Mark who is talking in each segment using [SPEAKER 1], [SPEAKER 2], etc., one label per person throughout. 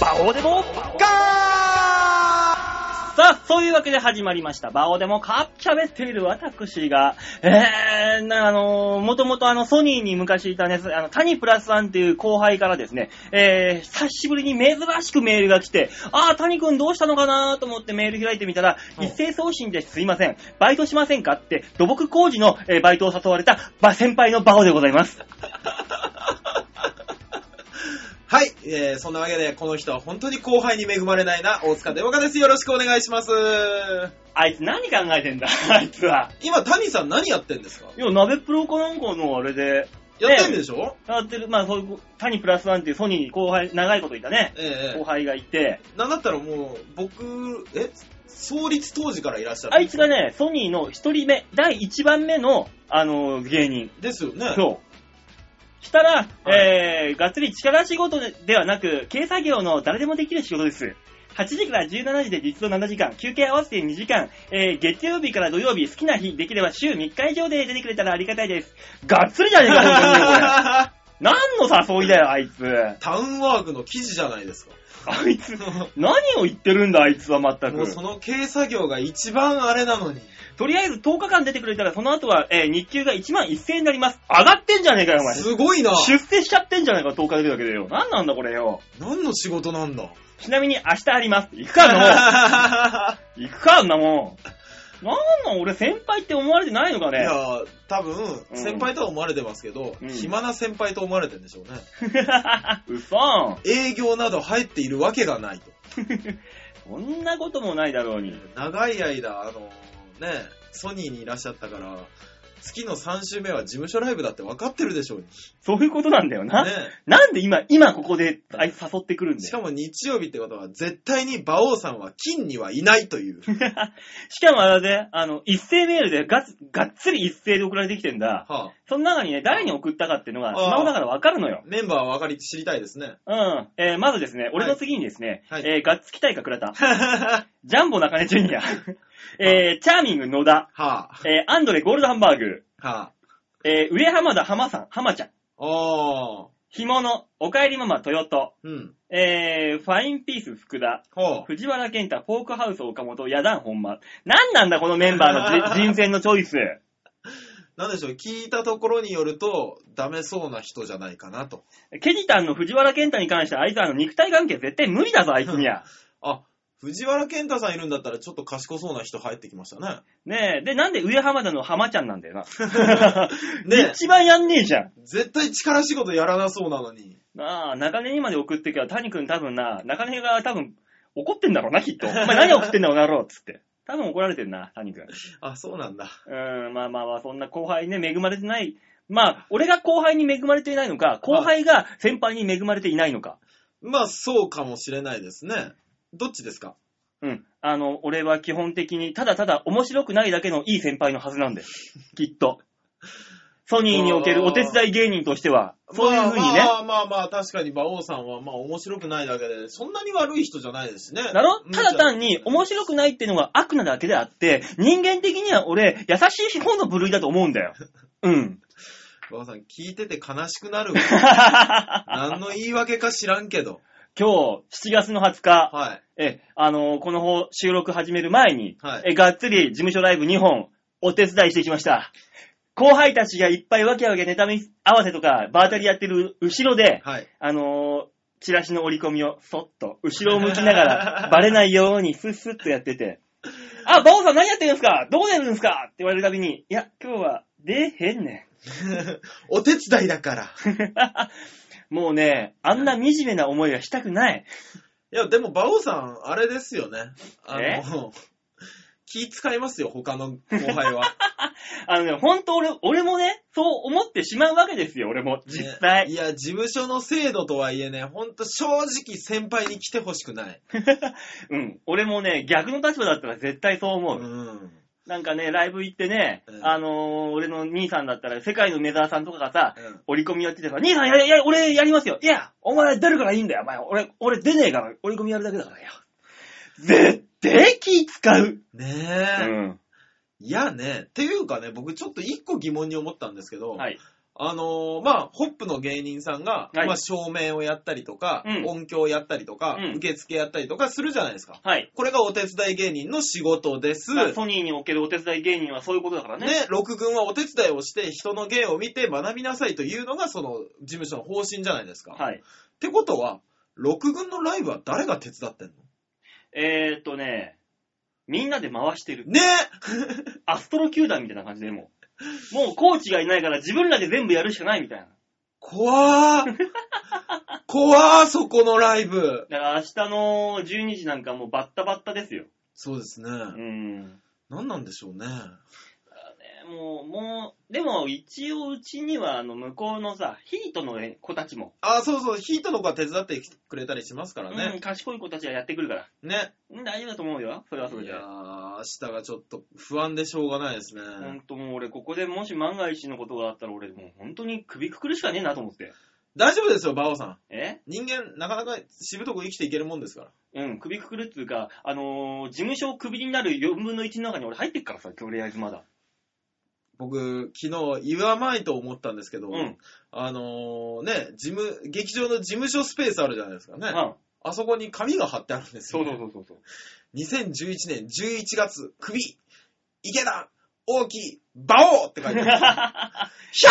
[SPEAKER 1] バオデモガーさあ、そういうわけで始まりました。バオデモか喋っている私が、えー、な、あのー、もともとあの、ソニーに昔いたね、あの、谷プラスさんっていう後輩からですね、えー、久しぶりに珍しくメールが来て、あー、谷くんどうしたのかなと思ってメール開いてみたら、
[SPEAKER 2] うん
[SPEAKER 1] 一斉送信ですいません、バイトしませんかって、土木工事の、えーバイトを誘われた、ば、先輩のバオでございます。
[SPEAKER 2] はい、えー、そんなわけで、この人は本当に後輩に恵まれないな、大塚デモカです。よろしくお願いします。
[SPEAKER 1] あいつ何考えてんだ、あいつは。
[SPEAKER 2] 今、谷さん何やってんですか
[SPEAKER 1] いや、鍋プロかなんかのあれで、
[SPEAKER 2] やってるんでしょ、
[SPEAKER 1] やってる、まあ、そういう、谷プラスワンっていうソニーに後輩、長いこといたね、
[SPEAKER 2] ええ
[SPEAKER 1] 後輩がいて、
[SPEAKER 2] なんだったらもう、僕、え、創立当時からいらっしゃる。
[SPEAKER 1] あいつがね、ソニーの一人目、第一番目の、あの、芸人。
[SPEAKER 2] ですよ ね。
[SPEAKER 1] そう。したら、えー、がっつり力仕事ではなく、軽作業の誰でもできる仕事です。8時から17時で実働7時間、休憩合わせて2時間、えー、月曜日から土曜日、好きな日、できれば週3日以上で出てくれたらありがたいです。がっつりじゃねえか、本当にこれ 何の誘いだよ、あいつ。
[SPEAKER 2] タウンワークの記事じゃないです か。
[SPEAKER 1] あいつ、何を言ってるんだ、あいつは全
[SPEAKER 2] もう
[SPEAKER 1] く。
[SPEAKER 2] その軽作業が一番あれなのに。
[SPEAKER 1] とりあえず10日間出てくれたら、その後は、えー日給が1万1000円になります。上がってんじゃねえかよ、お前。
[SPEAKER 2] すごいな。
[SPEAKER 1] 出世しちゃってんじゃねえか、10日出てるだけでよ。何なんだ、これよ。
[SPEAKER 2] 何の仕事なんだ
[SPEAKER 1] ちなみに、明日あります。行く か、もう。行くか、あんなもん。なんなん、俺先輩って思われてないのか
[SPEAKER 2] い
[SPEAKER 1] ね。
[SPEAKER 2] や、多分、
[SPEAKER 1] うん
[SPEAKER 2] 先輩とは思われてますけど、
[SPEAKER 1] うん
[SPEAKER 2] 暇な先輩と思われてるんでしょうね。
[SPEAKER 1] うそ
[SPEAKER 2] 営業など入っているわけがないと。
[SPEAKER 1] そんなこともないだろうに。
[SPEAKER 2] 長い間、あの、ね、ソニーにいらっしゃったから、月の3週目は事務所ライブだって分かってるでしょうに。
[SPEAKER 1] そういうことなんだよな。
[SPEAKER 2] ね。
[SPEAKER 1] なんで今、今ここで、あいつ誘ってくるんだ
[SPEAKER 2] し
[SPEAKER 1] よ。
[SPEAKER 2] かも日曜日ってことは、絶対に馬王さんは金にはいないと いう。
[SPEAKER 1] しかもあれで、あの、一斉メールでがっ、がっつり一斉で送られてきてんだ。
[SPEAKER 2] はあ、
[SPEAKER 1] その中にね、誰に送ったかっていうのが、
[SPEAKER 2] あ
[SPEAKER 1] ス
[SPEAKER 2] ー
[SPEAKER 1] マホだからわかるのよ。
[SPEAKER 2] メンバーは分かり知りたいですね。
[SPEAKER 1] うん。えー、まずですね、俺の次にですね、
[SPEAKER 2] はい
[SPEAKER 1] えー、ガッツキ大か倉 田、
[SPEAKER 2] は
[SPEAKER 1] ジャンボ中根ジュニ ア、えー、チャーミング野田、
[SPEAKER 2] あ、
[SPEAKER 1] えー、アンドレゴールドハンバーグ、
[SPEAKER 2] は
[SPEAKER 1] えー、上浜田浜さん、浜ちゃん、
[SPEAKER 2] あ、ああ、
[SPEAKER 1] 干物、おかえりママ豊と、
[SPEAKER 2] うん、
[SPEAKER 1] えー、ファインピース福田、
[SPEAKER 2] ほう。
[SPEAKER 1] 藤原健太、フォークハウス岡本、野団本間。なんなんだこのメンバー のじ人選のチョイス。
[SPEAKER 2] なんでしょう、聞いたところによると、ダメそうな人じゃないかなと。
[SPEAKER 1] ケジタンの藤原健太に関してはあいつはあの肉体関係絶対無理だぞ、あいつには。
[SPEAKER 2] あ、藤原健太さんいるんだったら、ちょっと賢そうな人入ってきましたね。
[SPEAKER 1] ねえ、で、なんで上浜田の浜ちゃんなんだよ な。
[SPEAKER 2] ね
[SPEAKER 1] 一番やんねえじゃん。
[SPEAKER 2] 絶対力仕事やらなそうなのに。
[SPEAKER 1] なあ、中根にまで送ってきゃ、谷君多分な、中根が多分怒ってんだろうな、きっと。お前何送ってんだろうな、ろう、つって。多分怒られてんな、谷君。
[SPEAKER 2] あ、そうなんだ。
[SPEAKER 1] うーん、まあまあまあ、そんな後輩ね、恵まれてない。まあ、俺が後輩に恵まれていないのか、後輩が先輩に恵まれていないのか。
[SPEAKER 2] まあ、そうかもしれないですね。どっちですか
[SPEAKER 1] うん。あの、俺は基本的に、ただただ面白くないだけのいい先輩のはず なんです。きっと。ソニーにおけるお手伝い芸人としては、そういう風にね。
[SPEAKER 2] まあまあまあまあ、確かに馬王さんはまあ面白くないだけで、そんなに悪い人じゃないですしね。
[SPEAKER 1] だろ
[SPEAKER 2] うん
[SPEAKER 1] ただ単に面白くないっていうのが悪なだけであって、人間的には俺、優しい方の部類だと思うんだよ。うん。
[SPEAKER 2] 馬王さん、聞いてて悲しくなるわ。何の言い訳か知らんけど。
[SPEAKER 1] 今日、7月の20日、
[SPEAKER 2] はい。
[SPEAKER 1] え、あのーこの方収録始める前に、
[SPEAKER 2] はい
[SPEAKER 1] え、がっつり事務所ライブ2本、お手伝いしてきました。後輩たちがいっぱいわけわけネタ見合わせとか、バータリやってる後ろで、
[SPEAKER 2] はい。
[SPEAKER 1] あのーチラシの折り込みをそっと後ろを向きなが らバレないようにスッスッとやってて、あ、バオさん何やってるんですかどこでやるんですかって言われるたびに、いや、今日は出へんね
[SPEAKER 2] お手伝いだから。
[SPEAKER 1] ん。もうね、あんな惨めな思いはしたくない。
[SPEAKER 2] いや、でも馬王さん、あれですよね。あ
[SPEAKER 1] え
[SPEAKER 2] の、 気使いますよ、他の後輩 は。
[SPEAKER 1] あのね、ほんと俺、俺もね、そう思ってしまうわけですよ、俺も、実際
[SPEAKER 2] ね。いや、事務所の制度とはいえね、ほんと正直先輩に来てほしくない。
[SPEAKER 1] うん。俺もね、逆の立場だったら絶対そう
[SPEAKER 2] う
[SPEAKER 1] 思う。
[SPEAKER 2] ん。
[SPEAKER 1] なんかね、ライブ行ってね、
[SPEAKER 2] うん
[SPEAKER 1] あのー俺の兄さんだったら、世界の梅沢さんとかがさ、
[SPEAKER 2] うん
[SPEAKER 1] 折り込みやっててさ、兄さんやれ、やれ、俺やりますよ。いや、お前出るからいいんだよ、お前。俺、俺出ねえから、折り込みやるだけだからよ。絶対気使う。
[SPEAKER 2] ね
[SPEAKER 1] う
[SPEAKER 2] え。
[SPEAKER 1] ん。
[SPEAKER 2] いやね、っていうかね、僕ちょっと一個疑問に思ったんですけど、
[SPEAKER 1] はい。
[SPEAKER 2] あのーまあ、ホップの芸人さんが、
[SPEAKER 1] はい
[SPEAKER 2] まあ、照明をやったりとか、
[SPEAKER 1] うん
[SPEAKER 2] 音響をやったりとか、
[SPEAKER 1] うん
[SPEAKER 2] 受付やったりとかするじゃないですか。
[SPEAKER 1] はい。
[SPEAKER 2] これがお手伝い芸人の仕事です。
[SPEAKER 1] まあソニーにおけるお手伝い芸人はそういうことだからね。
[SPEAKER 2] ね、六軍はお手伝いをして人の芸を見て学びなさいというのがその事務所の方針じゃないですか。
[SPEAKER 1] はい。
[SPEAKER 2] ってことは、六軍のライブは誰が手伝ってんの
[SPEAKER 1] えー、っとね、みんなで回してる。
[SPEAKER 2] ね
[SPEAKER 1] アストロ球団みたいな感じでもう。もうコーチがいないから自分らで全部やるしかないみたいな。
[SPEAKER 2] 怖ー怖ーそこのライブ
[SPEAKER 1] だから明日の12時なんかもうバッタバッタですよ。
[SPEAKER 2] そうですね。
[SPEAKER 1] うん。
[SPEAKER 2] 何なんでしょうね。
[SPEAKER 1] ねもう、もう、でも一応うちにはあの向こうのさ、ヒートの子たちも、
[SPEAKER 2] あ、そうそう、ヒートの子が手伝ってくれたりしますから
[SPEAKER 1] うん、
[SPEAKER 2] ね。
[SPEAKER 1] 賢い子たちがやってくるから。
[SPEAKER 2] ね。
[SPEAKER 1] うん、大丈夫だと思うよ。それはそれ
[SPEAKER 2] い
[SPEAKER 1] で
[SPEAKER 2] や。ー、明日がちょっと不安でしょうがないですね。
[SPEAKER 1] ほんともう俺、ここでもし万が一のことがあったら俺、もう本当に首くくるしかねえなと思って。
[SPEAKER 2] 大丈夫ですよ、バオさん。
[SPEAKER 1] え
[SPEAKER 2] 人間、なかなかしぶとく生きていけるもんですから。
[SPEAKER 1] うん、首くくるっていうか、あのー事務所を首になる4分の1の中に俺入ってっからさ、とりあえずまだ。
[SPEAKER 2] 僕、昨日言わないと思ったんですけど、
[SPEAKER 1] うん。
[SPEAKER 2] あのーね、事務、劇場の事務所スペースあるじゃないですかね。
[SPEAKER 1] うん。
[SPEAKER 2] あそこに紙が貼ってあるんです
[SPEAKER 1] そ
[SPEAKER 2] よ、
[SPEAKER 1] うそうそうそうそう。
[SPEAKER 2] 2011年11月、首、池田、大きい、馬王って書いてある。ひゃ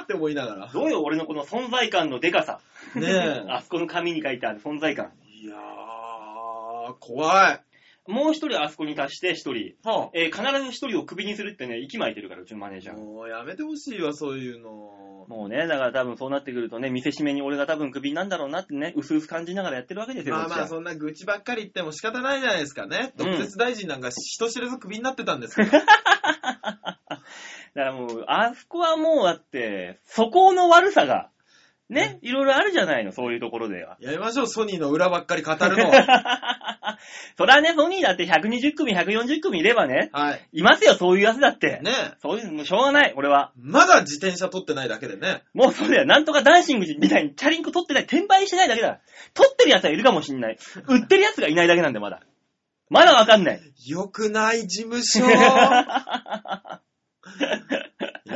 [SPEAKER 2] ーって思いな が ら。
[SPEAKER 1] どうよ、俺のこの存在感のデカさ。
[SPEAKER 2] ね
[SPEAKER 1] あそこの紙に書いてある存在感。
[SPEAKER 2] え。いやー、怖い。
[SPEAKER 1] もう一人あそこに足して一人。
[SPEAKER 2] は
[SPEAKER 1] えー必ず一人をクビにするってね、息巻いてるから、うちのマネージ
[SPEAKER 2] あ、
[SPEAKER 1] ャー。
[SPEAKER 2] もうやめてほしいわ、そういうの。
[SPEAKER 1] もうね、だから多分そうなってくるとね、見せしめに俺が多分クビになんだろうなってね、薄々感じながらやってるわけですよ。
[SPEAKER 2] まあ
[SPEAKER 1] こっち
[SPEAKER 2] ま
[SPEAKER 1] は
[SPEAKER 2] あ、そんな愚痴ばっかり言っても仕方ないじゃないですかね。
[SPEAKER 1] うん
[SPEAKER 2] 毒舌大臣なんか人知れず首になってたんで すから。
[SPEAKER 1] だからもう、あそこはもうだって、そこの悪さが、ね、いろいろあるじゃないの、そういうところでは。
[SPEAKER 2] やめましょう、ソニーの裏ばっかり語るの。
[SPEAKER 1] そらね、ソニーだって120組、140組いればね、
[SPEAKER 2] はい。
[SPEAKER 1] いますよ、そういうやつだって。
[SPEAKER 2] ねえ。
[SPEAKER 1] そういう、もうしょうがない、俺は。
[SPEAKER 2] まだ自転車取ってないだけでね。
[SPEAKER 1] もうそれだよ、なんとかダンシングみたいにチャリンコ取ってない、転売してないだけだ。取ってる奴はいるかもしんない。売ってる奴がいないだけなんだよ、まだ。まだわかんない。
[SPEAKER 2] よくない事 務所。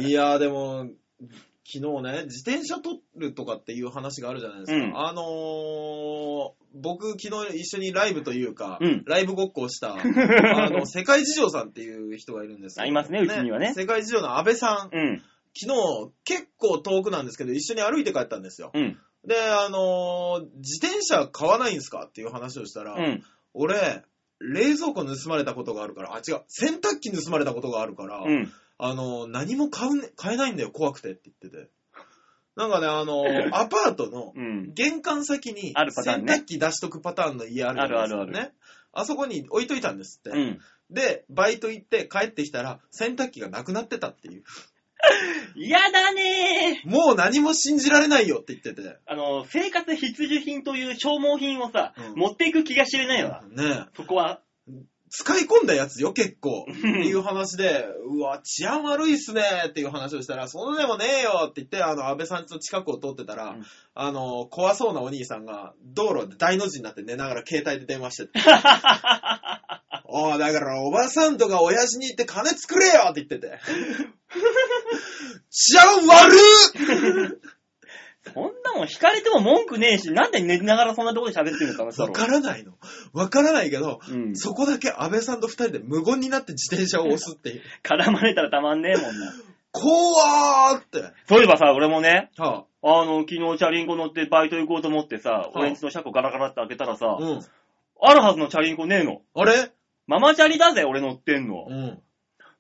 [SPEAKER 2] いやーでも、昨日ね、自転車取るとかっていう話があるじゃないですか。
[SPEAKER 1] うん
[SPEAKER 2] あのー、僕昨日一緒にライブというか、
[SPEAKER 1] うん
[SPEAKER 2] ライブごっこを した、あの、世界事情さんっていう人がいるんですけど
[SPEAKER 1] あいますねうちにはね
[SPEAKER 2] 世界事情の安倍さん、
[SPEAKER 1] うん、
[SPEAKER 2] 昨日結構遠くなんですけど、一緒に歩いて帰ったんですよ。
[SPEAKER 1] うん、
[SPEAKER 2] で、あのー、自転車買わないんですかっていう話をしたら、
[SPEAKER 1] うん。
[SPEAKER 2] 俺、冷蔵庫盗まれたことがあるから、あ、違う、洗濯機盗まれたことがあるから、
[SPEAKER 1] うん。
[SPEAKER 2] あの、何も買うね、買えないんだよ、怖くてって言ってて。なんかね、あ の、アパートの
[SPEAKER 1] うん。
[SPEAKER 2] 玄関先に
[SPEAKER 1] あるパター
[SPEAKER 2] 洗
[SPEAKER 1] ンね
[SPEAKER 2] 濯機出しとくパターンの家あるじゃないですか、ね。
[SPEAKER 1] あるある
[SPEAKER 2] あそこに置いといたんですって。
[SPEAKER 1] うん。
[SPEAKER 2] で、バイト行って帰ってきたら、洗濯機がなくなってたっていう。
[SPEAKER 1] 嫌だねー。
[SPEAKER 2] もう何も信じられないよって言ってて。
[SPEAKER 1] あの、生活必需品という消耗品をさ、
[SPEAKER 2] うん
[SPEAKER 1] 持っていく気が知れないわ。
[SPEAKER 2] ねえ
[SPEAKER 1] そこは。
[SPEAKER 2] 使い込んだやつよ、結構。っていう話で、うわ、治安悪いっすねっていう話をしたら、そんなでもねえよって言って、あの、安倍さんと近くを通ってたら、
[SPEAKER 1] うん
[SPEAKER 2] あの、怖そうなお兄さんが、道路で大の字になって寝ながら携帯で電 話してて。おうだから、おばさんとか親父に言って金作れよって言っ てて。治安悪っ
[SPEAKER 1] そんなもん惹かれても文句ねえし、なんで寝ながらそんなとこで喋ってるのかな、。
[SPEAKER 2] わかららないの。わからないけど、
[SPEAKER 1] うん。
[SPEAKER 2] そこだけ安倍さんと二人で無言になって自転車を押すっていう。
[SPEAKER 1] 絡まれたらたまんねえもんな。
[SPEAKER 2] 怖ーって。は
[SPEAKER 1] そういえばさ、俺もね、
[SPEAKER 2] あ
[SPEAKER 1] あの、昨日チャリンコ乗ってバイト行こうと思ってさ、
[SPEAKER 2] うん
[SPEAKER 1] 俺んちの車庫ガラガラって開けたらさ、
[SPEAKER 2] うん。
[SPEAKER 1] あるはずのチャリンコねえの。
[SPEAKER 2] あれ
[SPEAKER 1] ママチャリだぜ、俺乗ってんの。
[SPEAKER 2] うん。
[SPEAKER 1] う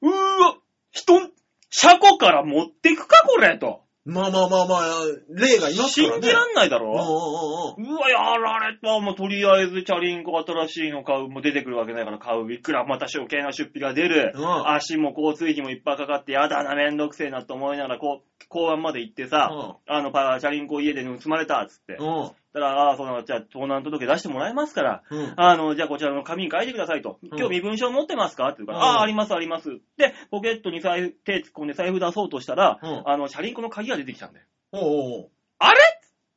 [SPEAKER 1] ーわ、人ん、車庫から持ってくか、これ、と。
[SPEAKER 2] まあまあまあまあ、霊がいますから
[SPEAKER 1] 信
[SPEAKER 2] ね。
[SPEAKER 1] じらんないだ
[SPEAKER 2] うんうん
[SPEAKER 1] ろ。
[SPEAKER 2] うんうん。
[SPEAKER 1] うわ、やられた。もうとりあえずチャリンコ新しいの買う。もう出てくるわけないから買う。いくらまた余計な出費が出る。
[SPEAKER 2] うん
[SPEAKER 1] 足も交通費もいっぱいかかって、やだな、めんどくせえなと思いながら、こう、公安まで行ってさ、あの、パチャリンコ家で盗まれた、つって。
[SPEAKER 2] うん。
[SPEAKER 1] たら、ああ、その、じゃあ、盗難届出してもらえますから、
[SPEAKER 2] うん。うん。
[SPEAKER 1] あの、じゃあこちらの紙に書いてくださいと。今日身分証持ってますかって言うから、
[SPEAKER 2] うん
[SPEAKER 1] ああ、あります、あります。で、ポケットに財布手突っ込んで財布出そうとしたら、
[SPEAKER 2] うん
[SPEAKER 1] あの、チャリンコの鍵が出てきたんだよ。
[SPEAKER 2] おうおう
[SPEAKER 1] あれ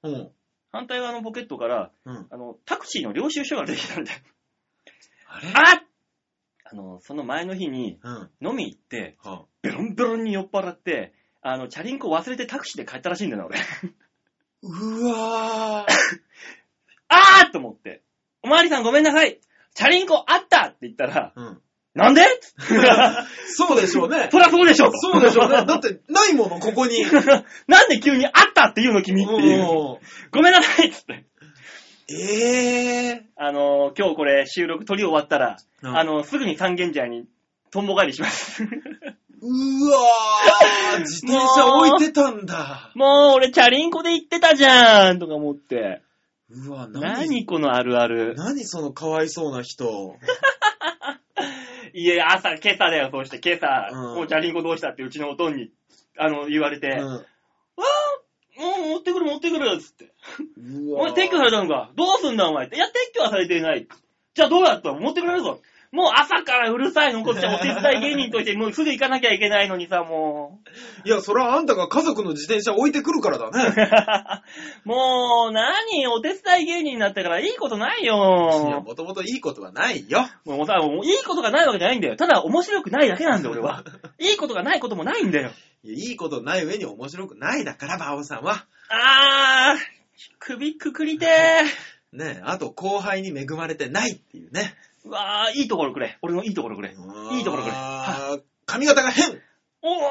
[SPEAKER 2] おう
[SPEAKER 1] 反対側のポケットから、
[SPEAKER 2] うん。うん。
[SPEAKER 1] あの、タクシーの領収書が出てきたんだよ。
[SPEAKER 2] あれ
[SPEAKER 1] ああの、その前の日に
[SPEAKER 2] うん。は
[SPEAKER 1] 飲み行って、
[SPEAKER 2] あ
[SPEAKER 1] ベロンベロンに酔っ払って、あの、チャリンコ忘れてタクシーで帰ったらしいんだよ な、俺。
[SPEAKER 2] うわー。
[SPEAKER 1] あーっと思って。おまわりさんごめんなさい。チャリンコあったって言ったら、
[SPEAKER 2] うん。
[SPEAKER 1] なん で
[SPEAKER 2] そうでしょうね。
[SPEAKER 1] そりゃそうでしょと
[SPEAKER 2] そうでしょうね。だって、ないもの、ここに。
[SPEAKER 1] なんで急にあったって言うの君っていう。
[SPEAKER 2] うん
[SPEAKER 1] ごめんなさいっつって。
[SPEAKER 2] ええ
[SPEAKER 1] あのー今日これ収録撮り終わったら、
[SPEAKER 2] うん
[SPEAKER 1] あのすぐに三軒茶屋にとんぼ返りします。
[SPEAKER 2] うわー、 自転車置いてたんだ。
[SPEAKER 1] もう俺チャリンコで行ってたじゃんとか思って。
[SPEAKER 2] うわ、何
[SPEAKER 1] 何このあるある。
[SPEAKER 2] 何そのかわいそうな人。
[SPEAKER 1] いや、朝、今朝だよ、そうして、今朝、
[SPEAKER 2] うん
[SPEAKER 1] もうチャリンコどうしたってうちのおとんに、あの、言われて、
[SPEAKER 2] うん
[SPEAKER 1] わあもう持ってくる持ってくるっつって。
[SPEAKER 2] う
[SPEAKER 1] お
[SPEAKER 2] わ
[SPEAKER 1] 前撤去されたのかどうすんだお前って。いや、撤去はされていない。じゃあどうやった持ってくれるぞ。もう朝からうるさいのこっちゃお手伝い芸人と して、もうすぐ行かなきゃいけないのにさ、もう。
[SPEAKER 2] いや、それはあんたが家族の自転車置いてくるからだね。
[SPEAKER 1] もう、何お手伝い芸人になったからいいことない
[SPEAKER 2] いや、
[SPEAKER 1] よ。
[SPEAKER 2] もともといいことはないよ。
[SPEAKER 1] もうさ、もういいことがないわけじゃないんだよ。ただ面白くないだけなんだよ、俺 は。いいことがないこともないんだよ。
[SPEAKER 2] いやいいことない上に面白くないだから、バオさんは。
[SPEAKER 1] あー、首くくりてー。
[SPEAKER 2] ねえ、あと後輩に恵まれてないっていうね。
[SPEAKER 1] うわー、いいところくれ。俺のいいところくれ。いいところこれ
[SPEAKER 2] あー髪型が変
[SPEAKER 1] おー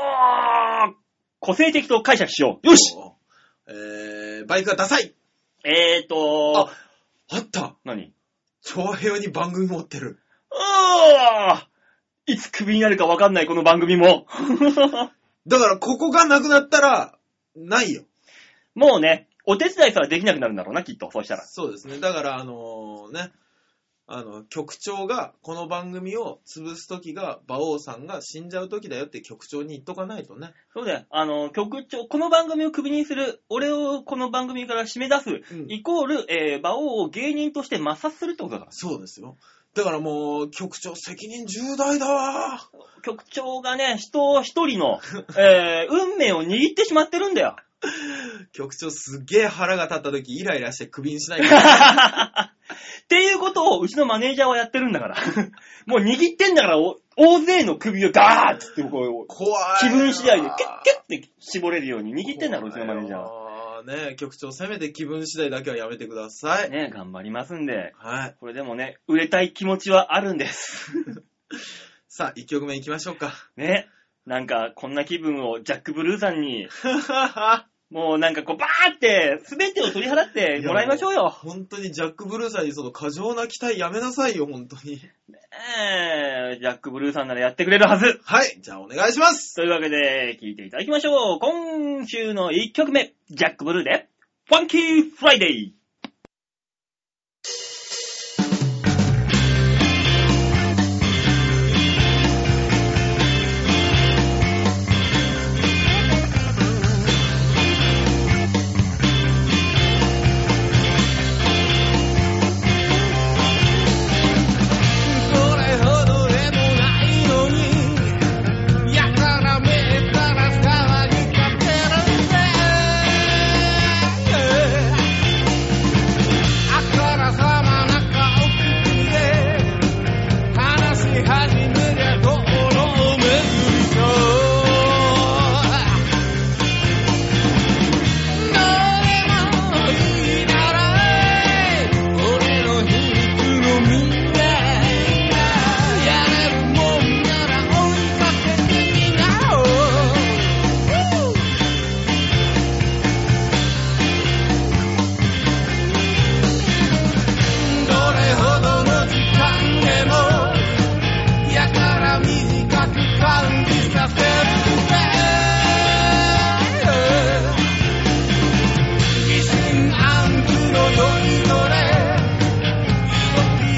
[SPEAKER 1] 個性的と解釈しよう。よし
[SPEAKER 2] えー、バイクがダサい
[SPEAKER 1] えーとー、
[SPEAKER 2] あった
[SPEAKER 1] 何
[SPEAKER 2] 長平に番組持ってる。
[SPEAKER 1] うわーいつ首になるかわかんない、この番組 も。
[SPEAKER 2] だから、ここがなくなったら、ないよ。
[SPEAKER 1] もうね、お手伝いすらできなくなるんだろうな、きっと。そうしたら。
[SPEAKER 2] そうですね。だから、あのね、あの、局長が、この番組を潰す時が、馬王さんが死んじゃう時だよって局長に言っとかないとね。
[SPEAKER 1] そうだよ。あの、局長、この番組をクビにする、俺をこの番組から締め出す、
[SPEAKER 2] うん
[SPEAKER 1] イコール、えー、馬王を芸人として抹殺するってことだか
[SPEAKER 2] そうですよ。だからもう、局長責任重大だわ
[SPEAKER 1] ら。局長がね、人を一人の、えー、運命を握ってしまってるんだよ。
[SPEAKER 2] 局長すっげえ腹が立った時イライラしてクビにしないから。
[SPEAKER 1] っていうことをうちのマネージャーはやってるんだから。 もう握ってんだから、お大勢の首をガーッつってこう、
[SPEAKER 2] 怖い。
[SPEAKER 1] 気分次第でキュッキュッって絞れるように握ってんだから、うちのマネージャーは。
[SPEAKER 2] は。ねえ、局長せめて気分次第だけはやめてください。
[SPEAKER 1] ね、頑張りますんで。
[SPEAKER 2] はい。
[SPEAKER 1] これでもね、売れたい気持ちはあるんです。
[SPEAKER 2] さあ、一曲目いきましょうか。
[SPEAKER 1] ね。なんか、こんな気分をジャック・ブルーさんに、もうなんかこう、バーって、すべてを取り払ってもらいましょうよ。
[SPEAKER 2] 本当にジャック・ブルーさんにその過剰な期待やめなさいよ、本当に。
[SPEAKER 1] えー、ジャック・ブルーさんならやってくれるはず。
[SPEAKER 2] はい、じゃあお願いします
[SPEAKER 1] というわけで、聴いていただきましょう。今週の1曲目、ジャック・ブルーで、ファンキー・フライデー。
[SPEAKER 3] それほどでもないのにやたらめったら騒ぎかけるんあからさまな顔つきで話し始めりゃ道路を巡りそうどれもいいなら俺の引き出しに入れてやれるもんなら追いかけてみなどれほどの時間でもやから短く感じさせるぜ疑心暗鬼の酔いどれ動き始めりゃ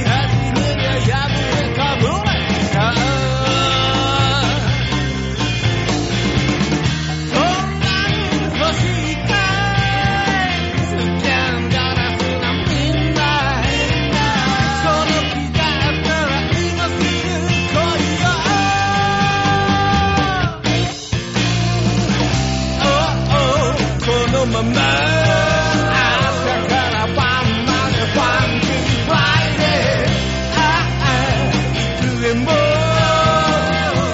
[SPEAKER 3] やぶれかぶれさそんなに欲しいかいスキャンダラスなみんなその気だったら今すぐ来いよ Oh, oh このまま朝から晩までファンキーフライデーああいつでも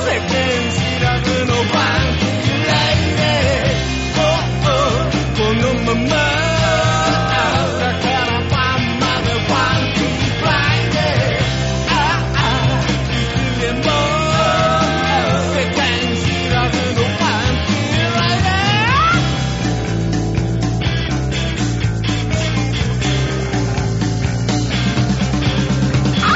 [SPEAKER 3] 世間知らずのファンキーフライデー哎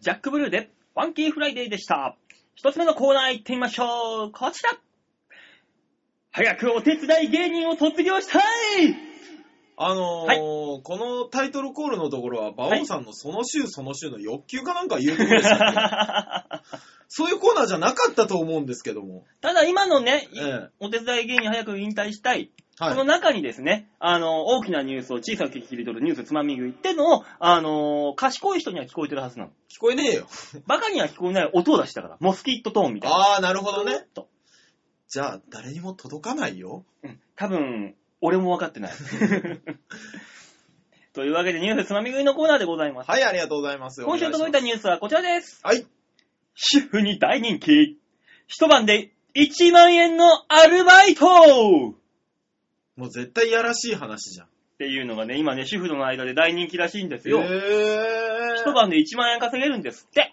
[SPEAKER 1] ジャックブルーで、ファンキーフライデーでした。一つ目のコーナー行ってみましょう。こちら。早くお手伝い芸人を卒業したい
[SPEAKER 2] あのーこのタイトルコールのところは、馬王さんのその週その週の欲求かなんか言うところです よね。そういうコーナーじゃなかったと思うんですけども。
[SPEAKER 1] ただ今のね、
[SPEAKER 2] ええ
[SPEAKER 1] お手伝い芸人早く引退したい。
[SPEAKER 2] は
[SPEAKER 1] その
[SPEAKER 2] い。
[SPEAKER 1] 中にですね、あの、大きなニュースを小さく切り取るニュースつまみ食いってのを、あの、賢い人には聞こえてるはずなの。
[SPEAKER 2] 聞こえねえよ。
[SPEAKER 1] バカには聞こえない音を出したから、モスキットトーンみたいな。
[SPEAKER 2] ああ、なるほどね。
[SPEAKER 1] と。
[SPEAKER 2] じゃあ、誰にも届かないよ。
[SPEAKER 1] うん多分、俺も分かってない。 というわけで、ニュースつまみ食いのコーナーでございます。
[SPEAKER 2] はい、ありがとうございます。
[SPEAKER 1] 今週届いたニュースはこちらです。
[SPEAKER 2] た。はい。
[SPEAKER 1] 主婦に大人気。一晩で1万円のアルバイト
[SPEAKER 2] もう絶対やらしい話じゃん。
[SPEAKER 1] っていうのがね、今ね、主婦の間で大人気らしいんですよ。
[SPEAKER 2] え
[SPEAKER 1] 一。晩で1万円稼げるんですって。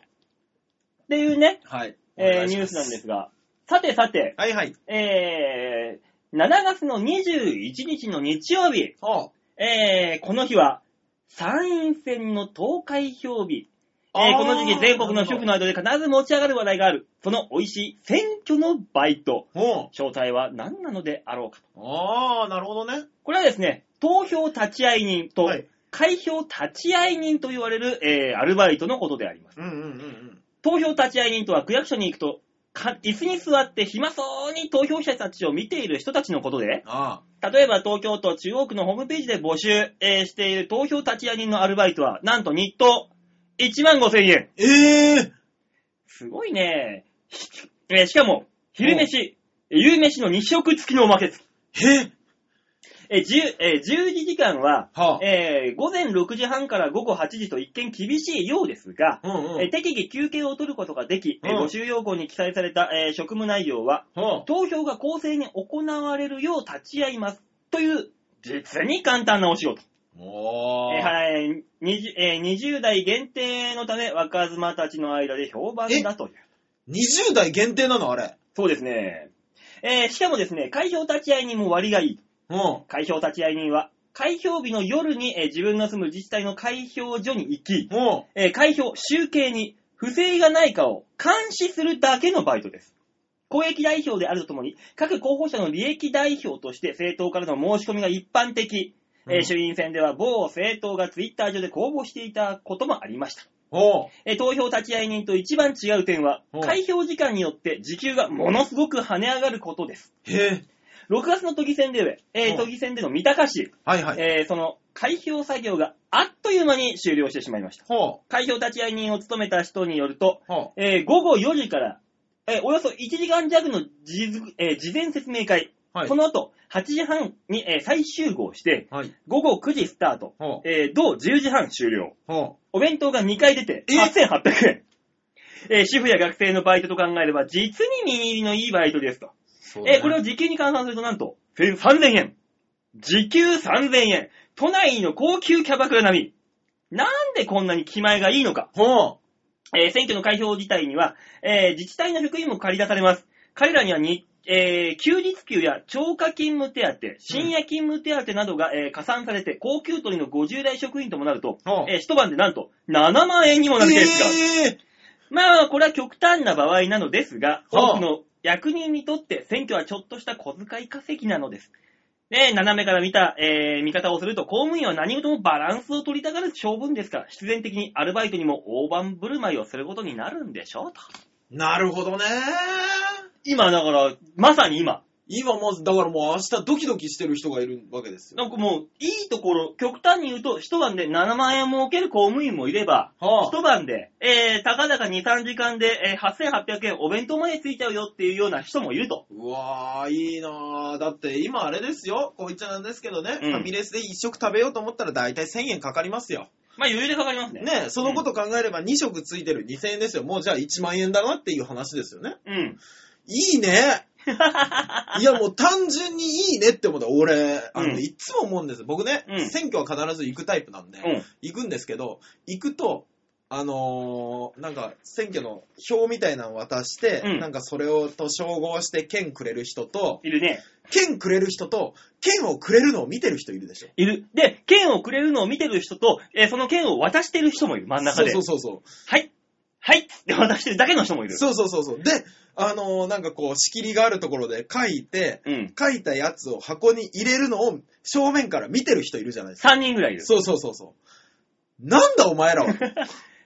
[SPEAKER 1] っていうね、
[SPEAKER 2] はい。
[SPEAKER 1] えーニュースなんですが。さてさて、
[SPEAKER 2] はいはい。
[SPEAKER 1] えー、7月の21日の日曜日、
[SPEAKER 2] は
[SPEAKER 1] えー、この日は参院選の投開票日。え
[SPEAKER 2] あ
[SPEAKER 1] ー
[SPEAKER 2] ー
[SPEAKER 1] この時期全国の主婦の間で必ず持ち上がる話題がある。その美味しい選挙のバイト。
[SPEAKER 2] あ。ほ
[SPEAKER 1] 正体は何なのであろうかと。
[SPEAKER 2] う。ああ、なるほどね。
[SPEAKER 1] これはですね、投票立ち会い人と、
[SPEAKER 2] はい。
[SPEAKER 1] 開票立ち会い人と言われる、えー、アルバイトのことであります。
[SPEAKER 2] うんうんうんうん。
[SPEAKER 1] 投票立ち会い人とは区役所に行くと、か椅子に座って暇そうに投票者たちを見ている人たちのことで、
[SPEAKER 2] あ
[SPEAKER 1] 例えば東京都中央区のホームページで募集、えーしている投票立ち会い人のアルバイトは、なんと日当1万5千円。
[SPEAKER 2] あ。ええー。
[SPEAKER 1] すごいね。しえーしかも、昼飯、夕飯の2食付きのおまけ付き。
[SPEAKER 2] へ
[SPEAKER 1] えー、10えー12時間は、
[SPEAKER 2] はあ。
[SPEAKER 1] えー午前6時半から午後8時と一見厳しいようですが、
[SPEAKER 2] うんうん。
[SPEAKER 1] えー適宜休憩を取ることができ、えー
[SPEAKER 2] うん
[SPEAKER 1] 募集要項に記載された、えー職務内容は、
[SPEAKER 2] はあ。
[SPEAKER 1] 投票が公正に行われるよう立ち会います。という、実に簡単なお仕事。
[SPEAKER 2] おー。
[SPEAKER 1] えーはい20えー20代限定のため、若妻たちの間で評判だという。
[SPEAKER 2] 20代限定なのあれ。
[SPEAKER 1] そうですね。えーしかもですね、開票立ち会い人も割がいい。
[SPEAKER 2] うん。は
[SPEAKER 1] 開票立ち会い人は、開票日の夜に、えー自分の住む自治体の開票所に行き、
[SPEAKER 2] あ。
[SPEAKER 1] えー開票、集計に不正がないかを監視するだけのバイトです。公益代表であるとともに、各候補者の利益代表として政党からの申し込みが一般的。えー
[SPEAKER 2] うん
[SPEAKER 1] 衆院選では某政党がツイッター上で公募していたこともありました。
[SPEAKER 2] おう。
[SPEAKER 1] えー投票立ち会い人と一番違う点は
[SPEAKER 2] うん、
[SPEAKER 1] 開票時間によって時給がものすごく跳ね上がることです。
[SPEAKER 2] へえ。
[SPEAKER 1] 6月の都議選で、え
[SPEAKER 2] う
[SPEAKER 1] ー
[SPEAKER 2] ん
[SPEAKER 1] 都議選での三鷹市、
[SPEAKER 2] はいはい。
[SPEAKER 1] えーその開票作業があっという間に終了してしまいました。
[SPEAKER 2] は
[SPEAKER 1] 開票立ち会い人を務めた人によると、
[SPEAKER 2] あ。は
[SPEAKER 1] えー午後4時から、えーおよそ1時間弱の事,、えー事前説明会、
[SPEAKER 2] あ。はい
[SPEAKER 1] そ。の後8時半に、えー再集合して、
[SPEAKER 2] はい。
[SPEAKER 1] 午後9時スタート、
[SPEAKER 2] は
[SPEAKER 1] えー同10時半終了。
[SPEAKER 2] あ。は
[SPEAKER 1] お弁当が2回出て
[SPEAKER 2] え
[SPEAKER 1] 8800円。えー主婦や学生のバイトと考えれば、実に身に入りのいいバイトですと。
[SPEAKER 2] あ。
[SPEAKER 1] えーこれを時給に換算するとなんと、1000 3000円。時給3000円。都内の高級キャバクラ並み。なんでこんなに気前がいいのか。
[SPEAKER 2] は
[SPEAKER 1] えー選挙の開票自体には、えー自治体の職員も借り出されます。彼らにはに、えー休日給や超過勤務手当、深夜勤務手当などが、えー加算されて、高給取りの50代職員ともなると、
[SPEAKER 2] あ。はあ。
[SPEAKER 1] えー一晩でなんと7万円にもなるケースがある。
[SPEAKER 2] ええ
[SPEAKER 1] まあ、これは極端な場合なのですが、多
[SPEAKER 2] はあ
[SPEAKER 1] くの役人にとって選挙はちょっとした小遣い稼ぎなのです。で、斜めから見た、えー見方をすると、公務員は何事もバランスを取りたがる性分ですから、必然的にアルバイトにも大盤振る舞いをすることになるんでしょうと。
[SPEAKER 2] なるほどね。
[SPEAKER 1] 今、だから、まさに今、
[SPEAKER 2] 今まず、だからもう明日ドキドキしてる人がいるわけですよ。
[SPEAKER 1] なんかもう、いいところ、極端に言うと、一晩で7万円儲ける公務員もいれば、
[SPEAKER 2] はあ。
[SPEAKER 1] 一晩で、えー、たかだか2、3時間で、えー8800円お弁当までついちゃうよっていうような人もいると。
[SPEAKER 2] うわー、いいなー。だって今あれですよ。こう言っちゃなんですけどね。
[SPEAKER 1] うん
[SPEAKER 2] ファミレスで一食食べようと思ったら大体1000円かかりますよ。
[SPEAKER 1] まあ、余裕でかかりますね。
[SPEAKER 2] ねそのこと考えれば2食ついてる2000円ですよ。もうじゃあ1万円だなっていう話ですよね。
[SPEAKER 1] うん。
[SPEAKER 2] いい ね。いやもう単純にいいねって思った。俺、あ
[SPEAKER 1] う
[SPEAKER 2] の、
[SPEAKER 1] ん
[SPEAKER 2] いっつも思うんです。僕ね、
[SPEAKER 1] うん
[SPEAKER 2] 選挙は必ず行くタイプなんで、
[SPEAKER 1] うん。
[SPEAKER 2] 行くんですけど、行くと、あのーなんか選挙の表みたいなの渡して、
[SPEAKER 1] うん
[SPEAKER 2] なんかそれをと照合して券くれる人と、
[SPEAKER 1] いるね。
[SPEAKER 2] 券くれる人と、券をくれるのを見てる人いるでしょ。
[SPEAKER 1] いる。で、剣をくれるのを見てる人と、えーその剣を渡してる人もいる、真ん中で。
[SPEAKER 2] そうそうそうそう。
[SPEAKER 1] はい。はいっつって渡してるだけの人もいる。
[SPEAKER 2] そうそうそうそう。で、あのーなんかこう、仕切りがあるところで書いて、
[SPEAKER 1] うん。
[SPEAKER 2] 書いたやつを箱に入れるのを正面から見てる人いるじゃないですか。
[SPEAKER 1] 3人ぐらいいる。
[SPEAKER 2] そうそうそうそう。なんだお前 らは。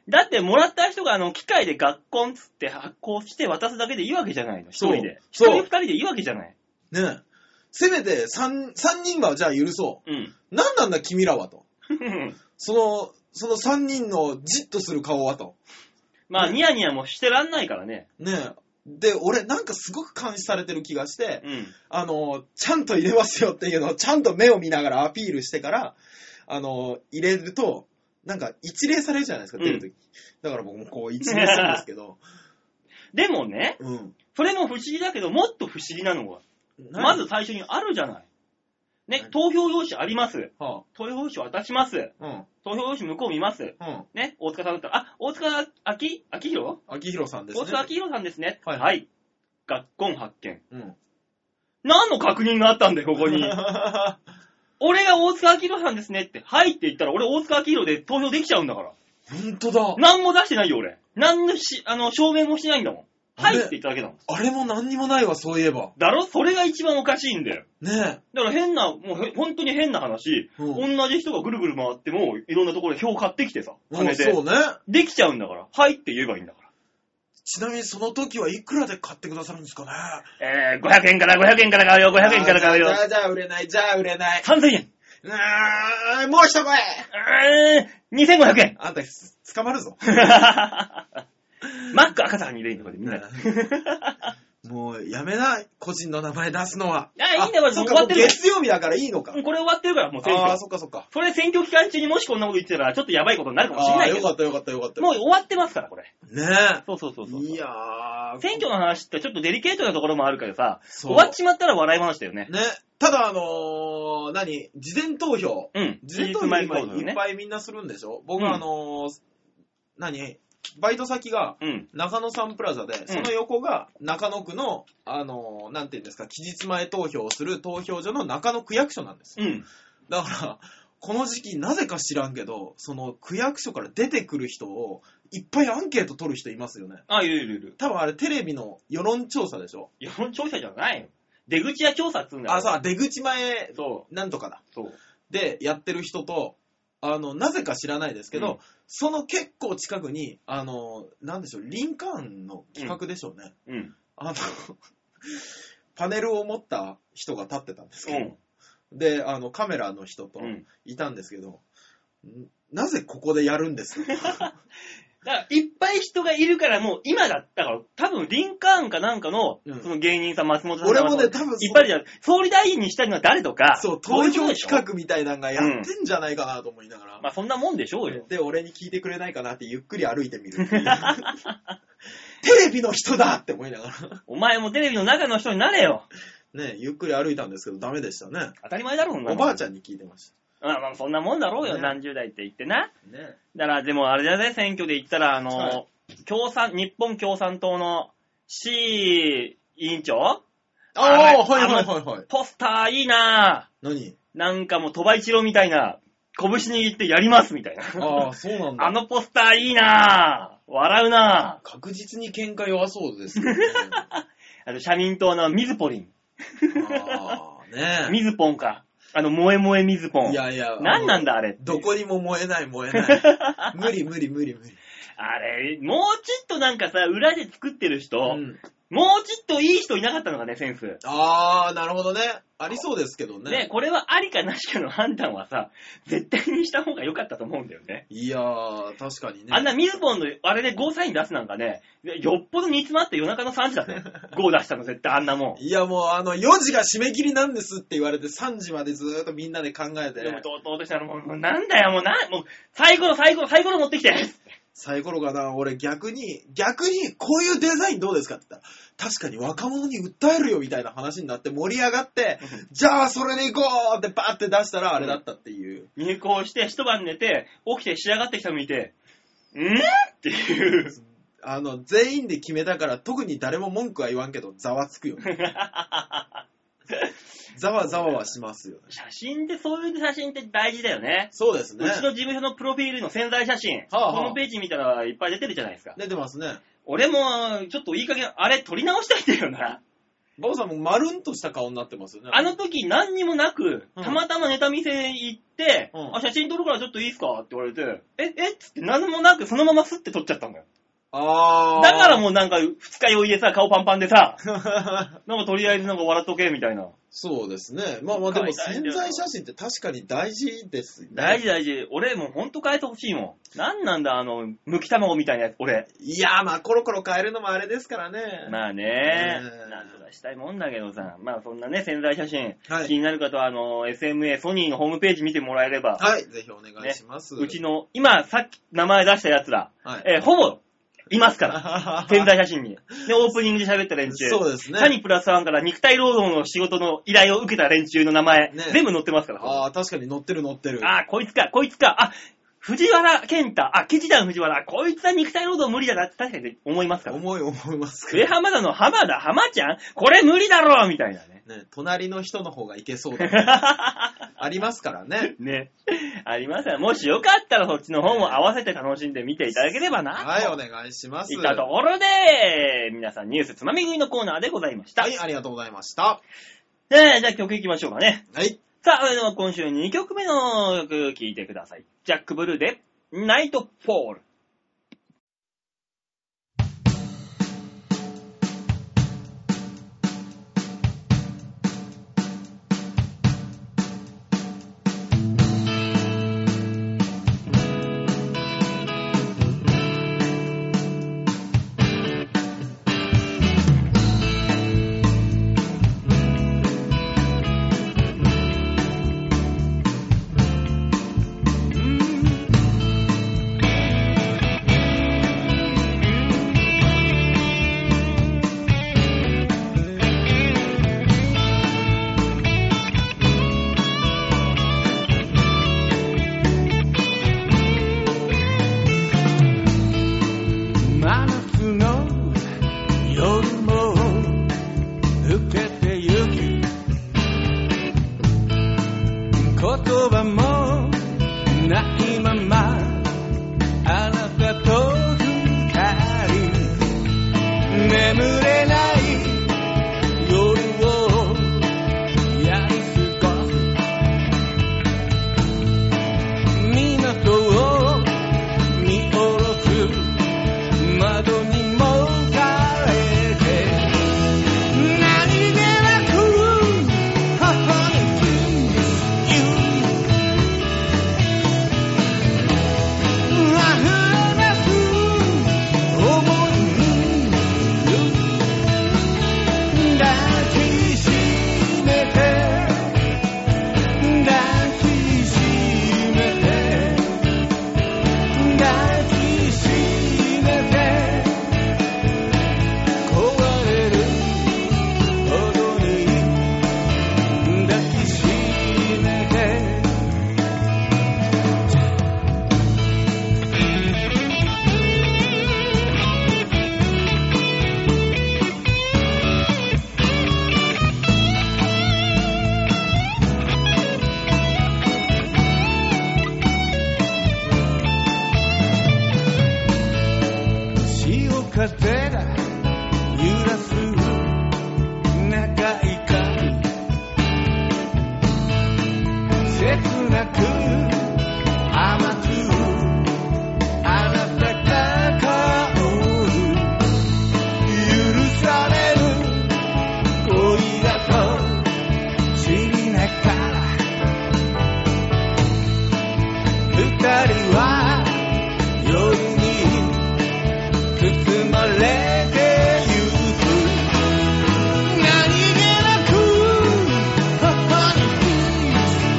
[SPEAKER 1] だって、もらった人が、あの、機械で学校つって発行して渡すだけでいいわけじゃないの。一
[SPEAKER 2] そう
[SPEAKER 1] 人で。一
[SPEAKER 2] そう
[SPEAKER 1] 人二人でいいわけじゃない。
[SPEAKER 2] ねえ。せめて三、三人はじゃあ許そ
[SPEAKER 1] うん。
[SPEAKER 2] う。なんなんだ君らはと。その、その三人のじっとする顔はと。
[SPEAKER 1] まあ、ニヤニヤもしてらんないからね。
[SPEAKER 2] ねえ。で、俺なんかすごく監視されてる気がして、
[SPEAKER 1] うん。
[SPEAKER 2] あの、ちゃんと入れますよっていうのをちゃんと目を見ながらアピールしてから、あの、入れると、なんか一礼されるじゃないですか、
[SPEAKER 1] うん
[SPEAKER 2] 出るとき。だから僕もこう一礼するんですけ ど、
[SPEAKER 1] でもね、
[SPEAKER 2] うん。
[SPEAKER 1] それも不思議だけど、もっと不思議なのが、まず、最初にあるじゃない。ね
[SPEAKER 2] 何、
[SPEAKER 1] 投票用紙あります。
[SPEAKER 2] は
[SPEAKER 1] 投票用紙渡します。
[SPEAKER 2] あ、うん、
[SPEAKER 1] 投票用紙向こう見ます。
[SPEAKER 2] うん。
[SPEAKER 1] ね、大塚さんだったら、あ、大塚あき、あきひろ
[SPEAKER 2] 秋広さんですね。
[SPEAKER 1] 大塚あきひろさんですね。
[SPEAKER 2] はい
[SPEAKER 1] はい。学校発見。
[SPEAKER 2] うん。。
[SPEAKER 1] 何の確認があったんだよ、ここ に俺が大塚あきひろさんですねって、はいって言ったら、俺大塚あきひろで投票できちゃうんだから。
[SPEAKER 2] 本当だ。
[SPEAKER 1] 何も出してないよ、俺。何のし、あの、証明もしてないんだもん。
[SPEAKER 2] あ
[SPEAKER 1] はい
[SPEAKER 2] れ
[SPEAKER 1] って言っただけだもん。
[SPEAKER 2] あれも何にもないわ、そういえば。
[SPEAKER 1] だろそれが一番おかしいんだよ。
[SPEAKER 2] ね
[SPEAKER 1] だから変な、もうへ本当に変な話、
[SPEAKER 2] え。うん。
[SPEAKER 1] 同じ人がぐるぐる回っても、いろんなところで票買ってきてさ、
[SPEAKER 2] うん
[SPEAKER 1] 金
[SPEAKER 2] そ
[SPEAKER 1] で。
[SPEAKER 2] うね。
[SPEAKER 1] できちゃうんだから、はいって言えばいいんだから。
[SPEAKER 2] ちなみにその時はいくらで買ってくださるんですかね
[SPEAKER 1] えー、500円から500円から買うよ、500円から買うよ
[SPEAKER 2] あ。ーじゃあじゃあ売れない、じゃあ売れない。
[SPEAKER 1] 3000円。
[SPEAKER 2] あーもう一声
[SPEAKER 1] えー、2500円。
[SPEAKER 2] あんた、す捕まるぞ。
[SPEAKER 1] マック赤坂に入れるとこでみんな。
[SPEAKER 2] もう、やめな、個人の名前出すのは。
[SPEAKER 1] あいいんだよ
[SPEAKER 2] そっ
[SPEAKER 1] もう終わ
[SPEAKER 2] か、
[SPEAKER 1] ってる
[SPEAKER 2] 月曜日だからいいの か。
[SPEAKER 1] これ終わってるから、もう選
[SPEAKER 2] ああ、
[SPEAKER 1] 挙。
[SPEAKER 2] そっかそっか。
[SPEAKER 1] それ選挙期間中にもしこんなこと言ってたら、ちょっとやばいことになるかもしれ
[SPEAKER 2] あ
[SPEAKER 1] な
[SPEAKER 2] あ、
[SPEAKER 1] いけ
[SPEAKER 2] よ
[SPEAKER 1] ど。
[SPEAKER 2] かったよかったよかった。
[SPEAKER 1] もう終わってますから、これ。
[SPEAKER 2] ね
[SPEAKER 1] そうそうそう
[SPEAKER 2] え。
[SPEAKER 1] そう。
[SPEAKER 2] いやー。
[SPEAKER 1] 選挙の話ってちょっとデリケートなところもあるからさ、
[SPEAKER 2] そう
[SPEAKER 1] 終わっちまったら笑い話だよね。
[SPEAKER 2] ね。ただ、あのー、何事前投票。
[SPEAKER 1] うん。
[SPEAKER 2] 事前投票今いっぱいみんなするんでしょ僕はあのー、何バイト先が、
[SPEAKER 1] うん。
[SPEAKER 2] 中野サンプラザで、その横が中野区の、あのー、なんていうんですか、期日前投票をする投票所の中野区役所なんですよ。
[SPEAKER 1] うん。
[SPEAKER 2] だから、この時期なぜか知らんけど、その区役所から出てくる人を、いっぱいアンケート取る人いますよね。
[SPEAKER 1] あ、いるいるいる。
[SPEAKER 2] 多分あれテレビの世論調査でしょ
[SPEAKER 1] 世論調査じゃないよ。出口や調査っつうんだよ
[SPEAKER 2] あ、そう、出口前、
[SPEAKER 1] そ
[SPEAKER 2] なんとかだ。
[SPEAKER 1] う。そう。
[SPEAKER 2] で、やってる人と、あの、なぜか知らないですけど、
[SPEAKER 1] うん
[SPEAKER 2] その結構近くに、あのー、なんでしょう、リンカーンの企画でしょうね。
[SPEAKER 1] うん。
[SPEAKER 2] あの、 パネルを持った人が立ってたんです
[SPEAKER 1] う
[SPEAKER 2] けど、
[SPEAKER 1] ん。
[SPEAKER 2] で、あの、カメラの人と
[SPEAKER 1] うん。
[SPEAKER 2] いたんですけど、んなぜここでやる んですか
[SPEAKER 1] だから、いっぱい人がいるから、もう今だったから、多分リンカーンかなんかの
[SPEAKER 2] う、ん
[SPEAKER 1] その芸人さん、松本さん
[SPEAKER 2] 俺もね、
[SPEAKER 1] 松本
[SPEAKER 2] 多分
[SPEAKER 1] いっぱいじゃ、総理大臣にしたいのは誰とか、
[SPEAKER 2] そう、
[SPEAKER 1] そ
[SPEAKER 2] 投
[SPEAKER 1] いこと
[SPEAKER 2] 票
[SPEAKER 1] でしょ
[SPEAKER 2] 企。画みたいなのがやってんじゃないかなと思いながら、
[SPEAKER 1] まあそんなもんでしょうよ。
[SPEAKER 2] で、俺に聞いてくれないかなってゆっくり歩いてみるっていう テレビの人だって思いながら、
[SPEAKER 1] お前もテレビの中の人になれよ。
[SPEAKER 2] ね、ゆっくり歩いたんですけど、ダメでしたね。
[SPEAKER 1] 当たり前だろ、そんな
[SPEAKER 2] お
[SPEAKER 1] の
[SPEAKER 2] ばあちゃんに聞いてまし
[SPEAKER 1] まあまあそんなもんだろうよ、
[SPEAKER 2] ね
[SPEAKER 1] 何十代って言ってな。
[SPEAKER 2] た。ね。
[SPEAKER 1] だからでもあれだね、選挙で言ったら、あの、
[SPEAKER 2] は
[SPEAKER 1] 共産、日本共産党の C 委員長
[SPEAKER 2] ああ、
[SPEAKER 1] あ
[SPEAKER 2] はい
[SPEAKER 1] れ
[SPEAKER 2] はいはいはい。
[SPEAKER 1] ポスターいいな
[SPEAKER 2] 何
[SPEAKER 1] ぁ。なんかもう鳥羽一郎みたいな、拳握ってやりますみたいな。
[SPEAKER 2] ああ、そうなんだ
[SPEAKER 1] あ。のポスターいいなぁ。笑うなぁ。
[SPEAKER 2] 確実に喧嘩弱そうです けどね。
[SPEAKER 1] あと、社民党のミズポリン。
[SPEAKER 2] ああ、ね
[SPEAKER 1] ミズポンか。あの、萌え萌えミズポ
[SPEAKER 2] え。
[SPEAKER 1] ン。
[SPEAKER 2] いやいや。
[SPEAKER 1] 何なん
[SPEAKER 2] だ
[SPEAKER 1] だ、あれ。
[SPEAKER 2] どこにも燃えない燃 えない。無理無理無理無理。
[SPEAKER 1] あれ、もうちっとなんかさ、裏で作ってる人、
[SPEAKER 2] うん、
[SPEAKER 1] もうちっといい人いなかったのかね、センス。
[SPEAKER 2] ああ、なるほどね。ありそうですけどね。
[SPEAKER 1] ね、これはありかなしかの判断はさ、絶対にした方が良かったと思うんだよね。
[SPEAKER 2] いやー、確かにね。
[SPEAKER 1] あんなミズポンの、あれでゴーサイン出すなんかね、よっぽど煮詰まって夜中の3時だね。 ゴー出したの絶対あんなも
[SPEAKER 2] いやもうあの4時が締め切りなんですって言われて3時までずーっとみんなで考え
[SPEAKER 1] ん。でも、
[SPEAKER 2] て、
[SPEAKER 1] とうとうとしたらもう、もうなんだよ、もうな、もう、サイコロ、サイコロ、サイコロ持ってきて。
[SPEAKER 2] サイコロかな、俺逆に、逆にこういうデザインどうですかって言ったら、確かに若者に訴えるよみたいな話になって盛り上がって、じゃあそれで行こうってバーって出したらあれだったっていう。
[SPEAKER 1] 入校して、一晩寝て、起きて仕上がってきたの見て、んっていう。
[SPEAKER 2] あの、全員で 決めたから、特に誰も文句は言わんけど、ざわつくよね。ざわざわはしますよね。
[SPEAKER 1] 写真って、そういう写真って大事だよね。
[SPEAKER 2] そうですね
[SPEAKER 1] う。ちの事務所のプロフィールの潜在写真、
[SPEAKER 2] はあはあ
[SPEAKER 1] ホームページ見たらいっぱい出てるじゃないですか。
[SPEAKER 2] 出てますね。
[SPEAKER 1] 俺も、ちょっといい加減、あれ撮り直したいんだよな。
[SPEAKER 2] バオさんもまるんとした顔になってますよね。
[SPEAKER 1] あの時何にもなく、
[SPEAKER 2] うん
[SPEAKER 1] たまたまネタ見せ行って、
[SPEAKER 2] うん
[SPEAKER 1] あ、写真撮るからちょっといいっすかって言われて、え、えっつって何もなくそのままスッて撮っちゃったんだよ。
[SPEAKER 2] あー。
[SPEAKER 1] だからもうなんか二日酔いでさ、顔パンパンで さ、
[SPEAKER 2] う。
[SPEAKER 1] なんかとりあえずなんか笑っとけみたいな。
[SPEAKER 2] そうですね。まあまあでも
[SPEAKER 1] 書いてある
[SPEAKER 2] 潜
[SPEAKER 1] んだよ
[SPEAKER 2] 在写真って確かに大事ですね。
[SPEAKER 1] 大事大事。俺もうほんと変えてほしいもん。なんなんだあの、むき卵みたいなやつ、俺。
[SPEAKER 2] いやーまあコロコロ変えるのもあれですからね。
[SPEAKER 1] まあね
[SPEAKER 2] うん、
[SPEAKER 1] なんとかしたいもんだけどさ、まあそんなね、潜在写真、
[SPEAKER 2] はい
[SPEAKER 1] 気になる方はあの、SMA ソニーのホームページ見てもらえれば、
[SPEAKER 2] はい、ぜひお願いします。
[SPEAKER 1] うちの、今さっき名前出したやつら、
[SPEAKER 2] はい。
[SPEAKER 1] えーほぼ、いますから。
[SPEAKER 2] ら
[SPEAKER 1] 潜在写真に。で、オープニングで喋った連中。
[SPEAKER 2] そうですね。
[SPEAKER 1] サニプラスワンから肉体労働の仕事の依頼を受けた連中の名前、
[SPEAKER 2] ね
[SPEAKER 1] 全部載ってますから。あ
[SPEAKER 2] ああ、確かに乗ってる乗ってる。
[SPEAKER 1] あー、こいつか、こいつか、あ、藤原健太、あ、キジダン藤原、こいつは肉体労働無理だなって確かに思いますから。
[SPEAKER 2] 思い思いますけ
[SPEAKER 1] 上
[SPEAKER 2] ど。
[SPEAKER 1] 浜田の浜田、浜ちゃんこれ無理だろみたいなね。
[SPEAKER 2] ね、隣の人の方がいけ そうだ、ね、ありますからね。
[SPEAKER 1] ね。 ありますよ。もしよかったらそっちの方も合わせて楽しんで見ていただければな。
[SPEAKER 2] はい、お願いします。
[SPEAKER 1] いったところで、皆さんニュースつまみ食いのコーナーでございました。
[SPEAKER 2] はい、ありがとうございました。
[SPEAKER 1] ねえ、じゃあ曲いきましょうかね。
[SPEAKER 2] はい。
[SPEAKER 1] さあ、それでは今週2曲目の曲聴いてください。ジャック・ブルーで、ナイト・フォール。
[SPEAKER 3] 真夏の夜も更けてゆき言葉もないままあなたと二人眠れない夜をやり過ごす港を見下ろす窓にもたれて何気なく頬にキス You 溢れ出す想いに抱きしめて抱きしめて抱きしめて壊れるほどに抱きしめて潮風が揺らす長い髪切なく甘くあなたが香る許される恋だと知りながら二人は夜に包まれてゆく何気なく頬に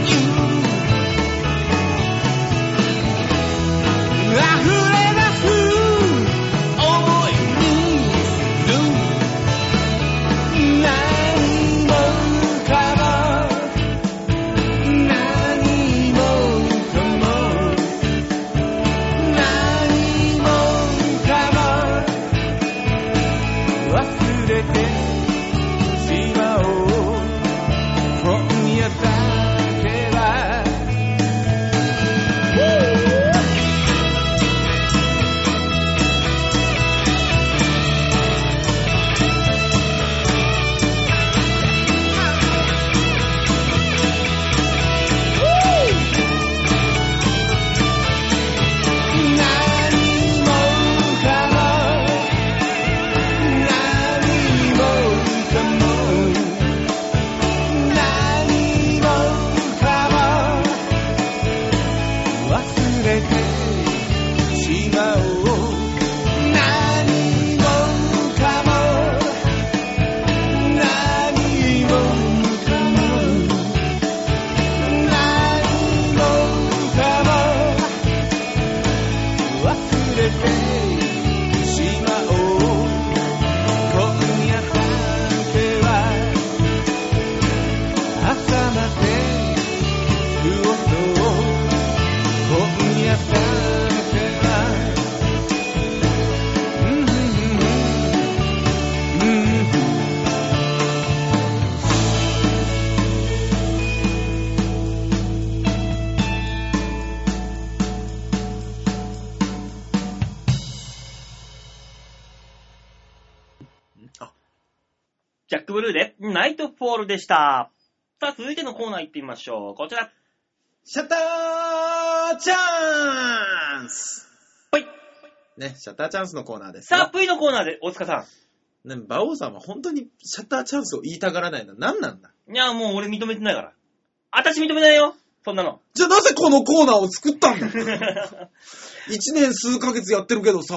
[SPEAKER 3] キス You 溢れ出す想いにする何もかも何もかも何もかも忘れてしまおうこ
[SPEAKER 1] ジャックブルーで、ナイトフォールでした。さあ、続いてのコーナー行ってみましょう。こちら。
[SPEAKER 2] シャッターチャンス
[SPEAKER 1] はい。
[SPEAKER 2] ね、シャッターチャンスのコーナーですよ。
[SPEAKER 1] さあ、V のコーナーで、大塚さ
[SPEAKER 2] ね、馬王さんは本当にシャッターチャンスを言いたがらないのは何なんだ
[SPEAKER 1] ん。いや、もう俺認めてないから。あたし認めないよ。そんなの。
[SPEAKER 2] じゃあなぜこのコーナーを作った んだ一年数ヶ月やってるけどさ、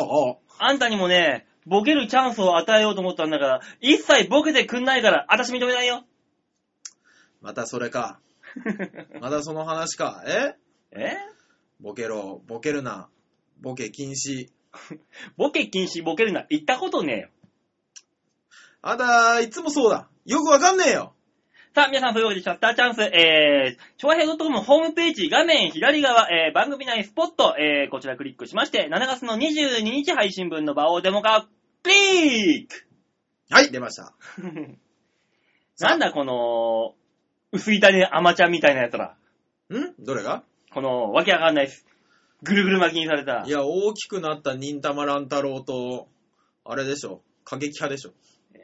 [SPEAKER 1] あんたにもね、ボケるチャンスを与えようと思ったんだから、一切ボケてくんないから、あたし認めないよ。
[SPEAKER 2] またそれ か。またその話か。え
[SPEAKER 1] え
[SPEAKER 2] ボケろ、ボケるな。ボケ禁止。
[SPEAKER 1] ボケ禁止、ボケるな。言ったことねえよ。
[SPEAKER 2] あんた、いつもそうだ。よくわかんねえよ。
[SPEAKER 1] さあ、皆さん、そういうわけで、シャッターチャンス、えー、超平 .com ホームページ、画面左側、えー、番組内スポット、えー、こちらクリックしまして、7月の22日配信分の場をデモ化、クリッ
[SPEAKER 2] はい、出ました。
[SPEAKER 1] クなんだ、この、薄い種ね、アマちゃんみたいなやつら。
[SPEAKER 2] んどれが
[SPEAKER 1] この、わけわかんないです。ぐるぐる巻きにされた
[SPEAKER 2] い。や、大きくなった忍たま乱太郎と、あれでしょ。過激派でしょ。
[SPEAKER 1] え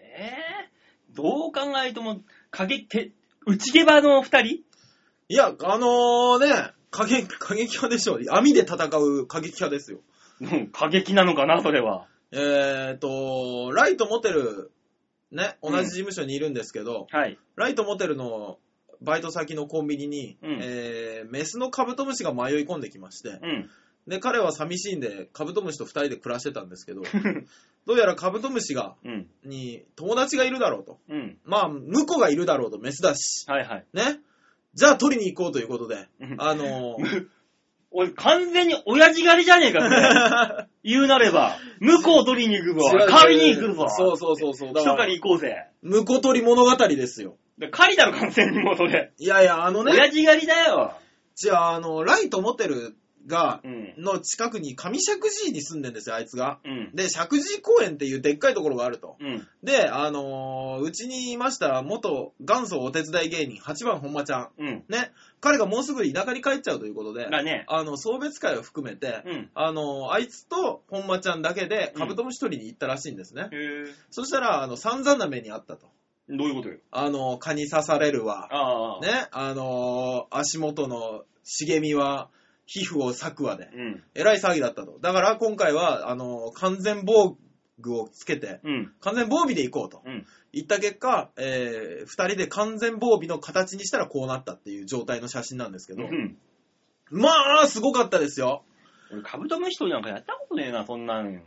[SPEAKER 1] ー、どう考えても、影、て、内毛場の二人
[SPEAKER 2] いや、あのー、ね、過激、過激派でしょ。網で戦う過激派ですよ。
[SPEAKER 1] うん過激なのかな、それは。
[SPEAKER 2] えーと、ライトモテル、ね、同じ事務所にいるんですけど、
[SPEAKER 1] はい。
[SPEAKER 2] ライトモテルのバイト先のコンビニに、
[SPEAKER 1] うん
[SPEAKER 2] えーメスのカブトムシが迷い込んできまして、
[SPEAKER 1] うん。
[SPEAKER 2] で、彼は寂しいんで、カブトムシと二人で暮らしてたんです けど、どうやらカブトムシが、
[SPEAKER 1] うん。
[SPEAKER 2] に、友達がいるだろうと。
[SPEAKER 1] うん。
[SPEAKER 2] まあ、婿がいるだろうと、メスだし、
[SPEAKER 1] はいはい。
[SPEAKER 2] ね。じゃあ取りに行こうということで
[SPEAKER 1] う、ん
[SPEAKER 2] あのー
[SPEAKER 1] 俺、完全に親父狩りじゃねえか、そ れ言うなれば。向 こう取りに行くぞ。狩りに行くぞ。
[SPEAKER 2] そうそうそうそう。だ
[SPEAKER 1] 一
[SPEAKER 2] から
[SPEAKER 1] 狩、り行こうぜ。
[SPEAKER 2] 婿取り物語ですよ。
[SPEAKER 1] で狩りだろ、完全にもうそれ。
[SPEAKER 2] いやいや、あのね、
[SPEAKER 1] 親父狩りだよ。
[SPEAKER 2] じゃあ、あの、ライトモテルが
[SPEAKER 1] う、ん。
[SPEAKER 2] の近くに上石神井に住んでんですよ、あいつが。
[SPEAKER 1] うん。
[SPEAKER 2] で、石神井公園っていうでっかいところがあると。
[SPEAKER 1] うん。
[SPEAKER 2] で、あのーうちにいました元元祖お手伝い芸人、8番本間ちゃん。
[SPEAKER 1] うん。
[SPEAKER 2] ね、彼がもうすぐ田舎に帰っちゃうということで、
[SPEAKER 1] だね。
[SPEAKER 2] あの、送別会を含めて、
[SPEAKER 1] うん。
[SPEAKER 2] あのーあいつと本間ちゃんだけでカブトムシ取りに行ったらしいんですね。
[SPEAKER 1] へえ。
[SPEAKER 2] そしたら、あの、散々な目にあったと。
[SPEAKER 1] どういうことよ。
[SPEAKER 2] あのー蚊に刺されるわ。
[SPEAKER 1] ああ。。
[SPEAKER 2] ね、あのー足元の茂みは、皮膚を裂くわで。
[SPEAKER 1] うん。
[SPEAKER 2] えらい騒ぎだったと。だから今回は、あの、完全防具をつけて、
[SPEAKER 1] うん。
[SPEAKER 2] 完全防備で行こうと。
[SPEAKER 1] うん。
[SPEAKER 2] 言った結果、えー、二人で完全防備の形にしたらこうなったっていう状態の写真なんですけ
[SPEAKER 1] う
[SPEAKER 2] ど、
[SPEAKER 1] ん。
[SPEAKER 2] まあ、すごかったですよ。
[SPEAKER 1] 俺、カブトムシ取りなんかやったことねえな、そんなん。
[SPEAKER 2] え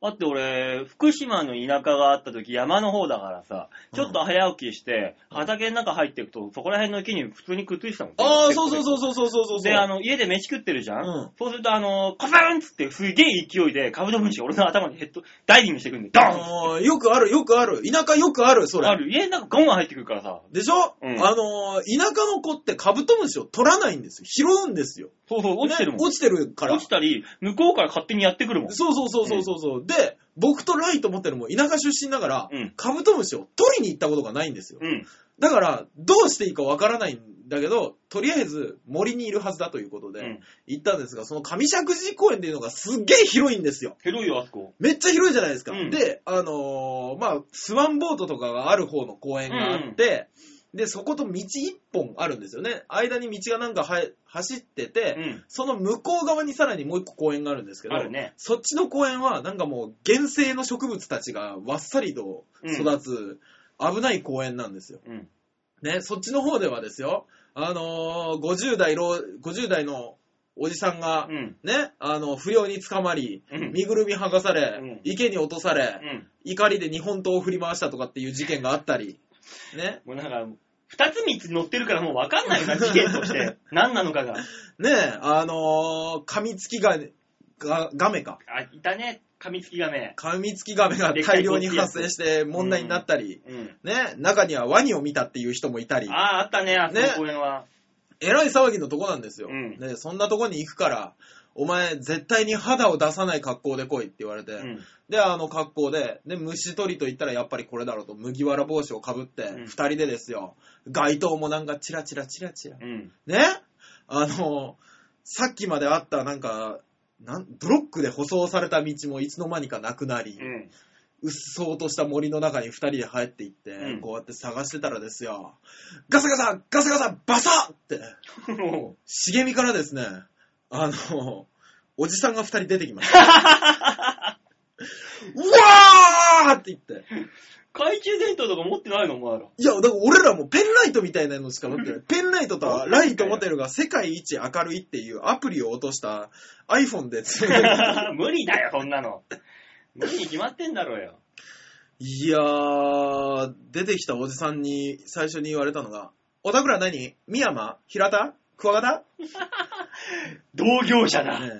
[SPEAKER 1] だって俺、福島の田舎があった時、山の方だからさ、ちょっと早起きして、畑の中入っていくと、そこら辺の木に普通にくっついてたもん。
[SPEAKER 2] ああ、そうそう
[SPEAKER 1] う。
[SPEAKER 2] そうそうそうそうそう。
[SPEAKER 1] で、あの、家で飯食ってるじゃん、
[SPEAKER 2] うん
[SPEAKER 1] そうすると、あの、コサーンっつって、すげえ勢いで、カブトムシが俺の頭にヘッド、ダイビングしてくんで、ドーンっ
[SPEAKER 2] あのーよくある、よくある。田舎よくある、そ
[SPEAKER 1] て
[SPEAKER 2] れ。
[SPEAKER 1] ある。家の中ゴンゴン入ってくるからさ。
[SPEAKER 2] でしょ、
[SPEAKER 1] うん
[SPEAKER 2] あのー田舎の子ってカブトムシを取らないんですよ。拾うんですよ。
[SPEAKER 1] そうそう、落ちてるもん。
[SPEAKER 2] ね落ちてるから。
[SPEAKER 1] 落ちたり、向こうから勝手にやってくるもん。
[SPEAKER 2] そうそうそうそうそうそう。で、僕とライト持ってるのも田舎出身だから、
[SPEAKER 1] うん
[SPEAKER 2] カブトムシを取りに行ったことがないんですよ。
[SPEAKER 1] うん。
[SPEAKER 2] だから、どうしていいかわからないんだけど、とりあえず森にいるはずだということで、
[SPEAKER 1] うん
[SPEAKER 2] 行ったんですが、その上石神井公園っていうのがすっげえ広いんですよ。
[SPEAKER 1] 広いよ、あそこ。
[SPEAKER 2] めっちゃ広いじゃないですか。
[SPEAKER 1] うん
[SPEAKER 2] で、あのーまあ、スワンボートとかがある方の公園があって、で、そこと道一本あるんですよね。間に道がなんかは走ってて、
[SPEAKER 1] うん。
[SPEAKER 2] その向こう側にさらにもう一個公園があるんですけど、
[SPEAKER 1] あるね。
[SPEAKER 2] そっちの公園は、なんかもう、原生の植物たちがわっさりと育つ、危ない公園なんですよ。
[SPEAKER 1] うん。
[SPEAKER 2] ね、そっちの方ではですよ、あのー50代老、50代のおじさんが
[SPEAKER 1] う、ん。
[SPEAKER 2] ね、あの、不良に捕まり、
[SPEAKER 1] うん
[SPEAKER 2] 身ぐるみ剥がされ、
[SPEAKER 1] うん
[SPEAKER 2] 池に落とさ
[SPEAKER 1] う
[SPEAKER 2] れ、
[SPEAKER 1] ん。
[SPEAKER 2] 怒りで日本刀を振り回したとかっていう事件があったり、ね、
[SPEAKER 1] もうなんか、二つ三つ乗ってるからもう分かんないよな、事件として。 何なのかが。
[SPEAKER 2] ね、あのー噛みつきが、が、ガメか。
[SPEAKER 1] あ、いたね、噛みつきがね。
[SPEAKER 2] 噛みつきガメが大量に発生して問題になったり、
[SPEAKER 1] うん。
[SPEAKER 2] ね、中にはワニを見たっていう人もいたり、
[SPEAKER 1] ああー、あったね、あそこの公園は。
[SPEAKER 2] えらい騒ぎのとこなんですよ。
[SPEAKER 1] うん
[SPEAKER 2] ね、そんなとこに行くから、お前絶対に肌を出さない格好で来いって言われて、
[SPEAKER 1] うん。
[SPEAKER 2] で、あの格好で、で、虫取りと言ったらやっぱりこれだろうと麦わら帽子をかぶって、二、
[SPEAKER 1] ん
[SPEAKER 2] 人でですよ、街灯もなんかチラチラチラチラ。
[SPEAKER 1] うん。
[SPEAKER 2] ねあの、さっきまであったなんか、なんブロックで舗装された道もいつの間にかなくなり、
[SPEAKER 1] うん。
[SPEAKER 2] うっそうとした森の中に二人で入っていって、
[SPEAKER 1] うん
[SPEAKER 2] こうやって探してたらですよ、ガサガサガサガサバサッって、 茂みからですね、あの、おじさんが二人出てき ました。うわーって言って。
[SPEAKER 1] 懐中電灯とか持ってないのお前ら。
[SPEAKER 2] いや、だから俺らもペンライトみたいなのしか持ってない。ペンライトとライト持ってるのが世界一明るいっていうアプリを落とした iPhone でつ
[SPEAKER 1] 無理だよ、そんなの。無理に決まってんだろうよ。
[SPEAKER 2] いやー、出てきたおじさんに最初に言われたのが、小田倉何三山平田クワガタ
[SPEAKER 1] 同業者
[SPEAKER 2] ね
[SPEAKER 1] だ。
[SPEAKER 2] え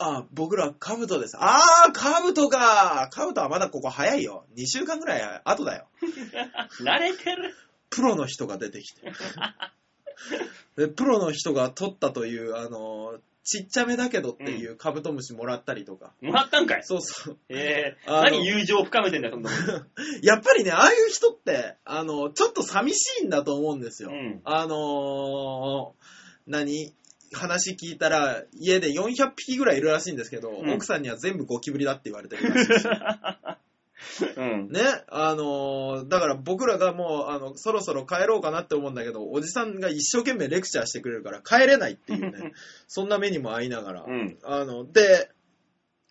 [SPEAKER 2] あ、僕ら、カブトです。あー、カブトかカブトはまだここ早いよ。2週間ぐらい後だよ。
[SPEAKER 1] 慣れてる。
[SPEAKER 2] プロの人が出て きて。でプロの人が取ったという、あの、ちっちゃめだけどっていうカブトムシもらったりとか。
[SPEAKER 1] もらったんかい。
[SPEAKER 2] そうそう。
[SPEAKER 1] えー、
[SPEAKER 2] あの
[SPEAKER 1] 何友情を深めてんだよ、そんなもん。
[SPEAKER 2] やっぱりね、ああいう人って、あの、ちょっと寂しいんだと思うんですよ。
[SPEAKER 1] うん
[SPEAKER 2] あのー何話聞いたら、家で400匹ぐらいいるらしいんですけど、
[SPEAKER 1] うん
[SPEAKER 2] 奥さんには全部ゴキブリだって言われてるらしいし
[SPEAKER 1] うん。
[SPEAKER 2] ね、あのーだから僕らがもう、あの、そろそろ帰ろうかなって思うんだけど、おじさんが一生懸命レクチャーしてくれるから帰れないっていうね、そんな目にも遭いながら、
[SPEAKER 1] うん。
[SPEAKER 2] あの、で、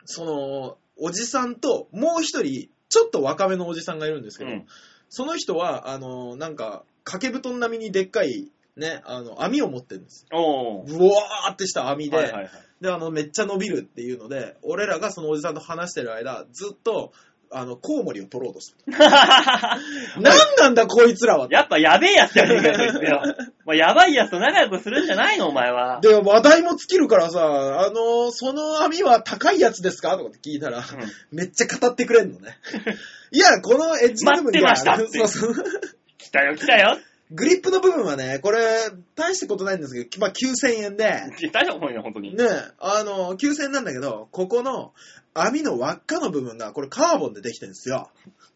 [SPEAKER 2] その、おじさんと、もう一人、ちょっと若めのおじさんがいるんですけ
[SPEAKER 1] う
[SPEAKER 2] ど、
[SPEAKER 1] ん。
[SPEAKER 2] その人は、あの、なんか、掛け布団並みにでっかい、ね、あの、網を持ってるんです。
[SPEAKER 1] おー。
[SPEAKER 2] ブワーってした網で、
[SPEAKER 1] はいはいはい。
[SPEAKER 2] で、あの、めっちゃ伸びるっていうので、俺らがそのおじさんと話してる間、ずっと、あの、コウモリを取ろうとしてる。なんなんだ、こいつらは。
[SPEAKER 1] やっぱやべえやつじゃねえかよ、そいつよ。もうやばいやつと仲良くするんじゃないの、お前は。
[SPEAKER 2] で、話題も尽きるからさ、あの、その網は高いやつですかとかって聞いたら、めっちゃ語ってくれんのね。 いや、このエッジの部
[SPEAKER 1] 待っ
[SPEAKER 2] 分が、
[SPEAKER 1] てましたって
[SPEAKER 2] そうそう
[SPEAKER 1] 来たよ、来たよ。
[SPEAKER 2] グリップの部分はね、これ、大したことないんですけど、まあ、9000円で、
[SPEAKER 1] 来たよ、ほんよ、本当に。
[SPEAKER 2] ねえ、あの、9000円なんだけど、ここの網の輪っかの部分が、これカーボンでできてるんですよ。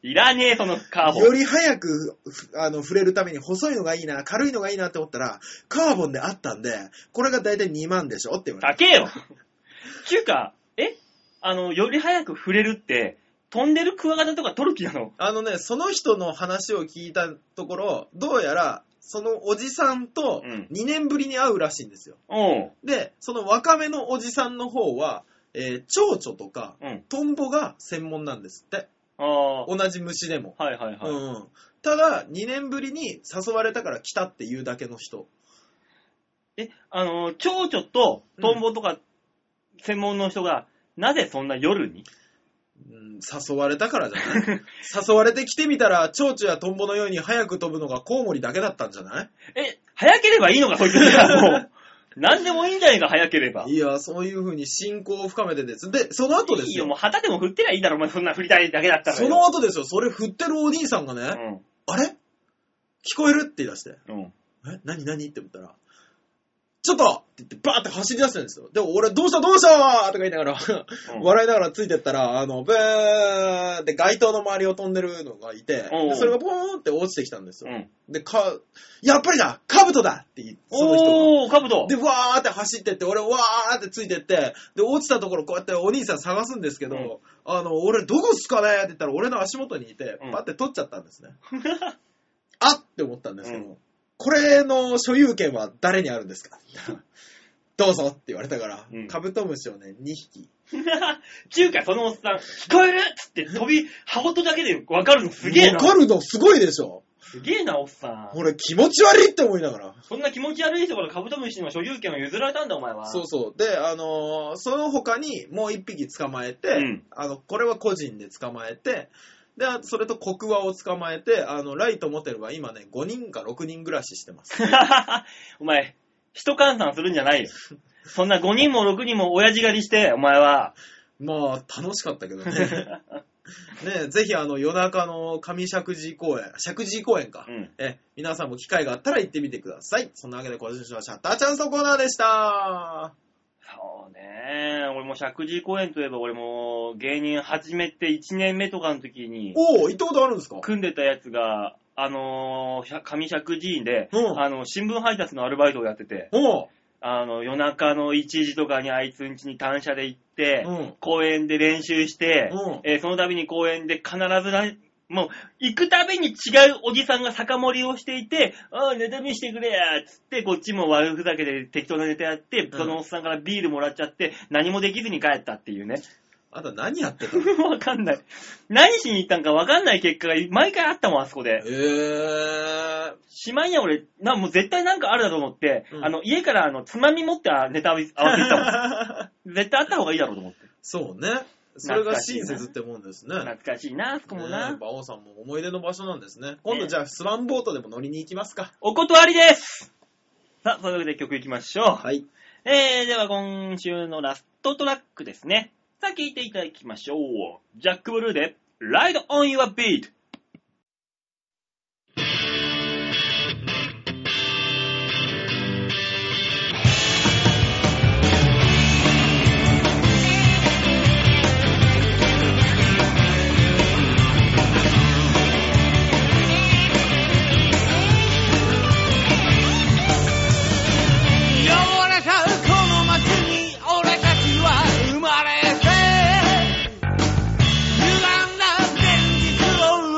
[SPEAKER 1] いらねえ、そのカーボン。
[SPEAKER 2] より早く、ふあの、触れるために細いのがいいな、軽いのがいいなって思ったら、カーボンであったんで、これが大体2万でしょって言われ
[SPEAKER 1] 高えよ。ちゅうか、えあの、より早く触れるって、飛んでるクワガタとか取る気なの
[SPEAKER 2] た。あのね、その人の話を聞いたところ、どうやら、そのおじさんと
[SPEAKER 1] うん
[SPEAKER 2] 2年ぶりに会うらしいんですよ。
[SPEAKER 1] うん。
[SPEAKER 2] で、その若めのおじさんの方は、えー蝶々とか、
[SPEAKER 1] うん。
[SPEAKER 2] トンボが専門なんですって。
[SPEAKER 1] ああ。
[SPEAKER 2] 同じ虫でも。
[SPEAKER 1] はいはいはい。
[SPEAKER 2] うん、ただ、2年ぶりに誘われたから来たっていうだけの人。
[SPEAKER 1] え、あの、蝶々とトンボとか専門の人が、なぜそんな夜に
[SPEAKER 2] うん、誘われたからじゃない 誘われて来てみたら、蝶々やトンボのように早く飛ぶのがコウモリだけだったんじゃない
[SPEAKER 1] え、早ければいいのか、そいつら もう。なんでもいいんじゃないか、早ければ。
[SPEAKER 2] いや、そういう風に信仰を深めてです。で、その後で
[SPEAKER 1] いい
[SPEAKER 2] す
[SPEAKER 1] よ、
[SPEAKER 2] よ。
[SPEAKER 1] もう旗でも振ってりゃいいだろ、お前、そんな振りたいだけだったら
[SPEAKER 2] そ
[SPEAKER 1] よ。
[SPEAKER 2] の後ですよ。それ振ってるお兄さんがね、あれ聞こえるって言い出して。
[SPEAKER 1] うん。うん。
[SPEAKER 2] え何何って思ったら、ちょっとって言ってバーって走り出してるんですよ。でも俺、どうしたどうしたとか言いながら、笑いながらついてったら、あの、ブーって街灯の周りを飛んでるのがいて、
[SPEAKER 1] おうおう
[SPEAKER 2] でそれがポーンって落ちてきたんです
[SPEAKER 1] う
[SPEAKER 2] よ。
[SPEAKER 1] ん。
[SPEAKER 2] で、か、やっぱりだカブトだって言って、その人が。
[SPEAKER 1] おー、カブト。
[SPEAKER 2] で、わーって走ってって、俺、わーってついてって、で、落ちたところ、こうやってお兄さん探すんですけど、
[SPEAKER 1] うん
[SPEAKER 2] あの、俺、どこっすかねって言ったら、俺の足元にいて
[SPEAKER 1] うん、
[SPEAKER 2] パって取っちゃったんですね。 あっって思ったんですけど、これの所有権は誰にあるんですか どうぞって言われたから、
[SPEAKER 1] うん
[SPEAKER 2] カブトムシをね、2匹。
[SPEAKER 1] ちゅうか、そのおっさん、聞こえるっつって飛び、羽音だけでわかるのすげえな
[SPEAKER 2] わ。かるのすごいでしょ
[SPEAKER 1] すげえな、おっさん。
[SPEAKER 2] 俺気持ち悪いって思いながら。
[SPEAKER 1] そんな気持ち悪い人からカブトムシの所有権を譲られたんだ、お前は。
[SPEAKER 2] そうそう。で、あのーその他にもう1匹捕まえて、
[SPEAKER 1] うん
[SPEAKER 2] あの、これは個人で捕まえて、で、あそれとコクワを捕まえて、あの、ライトモテルは今ね、5人か6人暮らししてます。
[SPEAKER 1] お前、人換算するんじゃないよ。そんな5人も6人も親父狩りして、お前は。
[SPEAKER 2] まあ、楽しかったけどね。 ねぜひ、あの、夜中の上石神井公園、石神井公園か。
[SPEAKER 1] うん。
[SPEAKER 2] え、皆さんも機会があったら行ってみてください。そんなわけで、今週のシャッターチャンスのコーナーでした。
[SPEAKER 1] そうね俺も石神井公園といえば俺も芸人始めて1年目とかの時に
[SPEAKER 2] おお、行ったことあるんですか
[SPEAKER 1] 組んでたやつが、あのー、上石神井で、
[SPEAKER 2] うん
[SPEAKER 1] あの、新聞配達のアルバイトをやってて、
[SPEAKER 2] おお、
[SPEAKER 1] あの、夜中の1時とかにあいつん家に単車で行って、
[SPEAKER 2] うん
[SPEAKER 1] 公園で練習して、
[SPEAKER 2] うん
[SPEAKER 1] えーその度に公園で必ずな、もう、行くたびに違うおじさんが酒盛りをしていて、ああ、ネタ見してくれやつって、こっちも悪ふざけで適当なネタやって、
[SPEAKER 2] うん
[SPEAKER 1] そのおっさんからビールもらっちゃって、何もできずに帰ったっていうね。
[SPEAKER 2] あんた何やってたの
[SPEAKER 1] わかんない。何しに行ったんかわかんない結果が毎回あったもん、あそこで。
[SPEAKER 2] えー、
[SPEAKER 1] しまいには俺、な、もう絶対なんかあるだと思って、
[SPEAKER 2] うん
[SPEAKER 1] あの、家からあの、つまみ持ってあネタを合わせていったもん。絶対あった方がいいだろうと思って。
[SPEAKER 2] そうね。それが親切ってもんですね。
[SPEAKER 1] 懐かしいな、あそこもな。
[SPEAKER 2] ね馬王さんも思い出の場所なんですね。今度じゃあスワンボートでも乗りに行きますか。
[SPEAKER 1] お断りですさあ、そういうわけで曲いきましょう。
[SPEAKER 2] はい。
[SPEAKER 1] えー、では今週のラストトラックですね。さあ、聴いていただきましょう。ジャック・ブルーで、Ride on your beat!
[SPEAKER 3] 汚れたこの街に俺たちは生まれて歪んだ現実を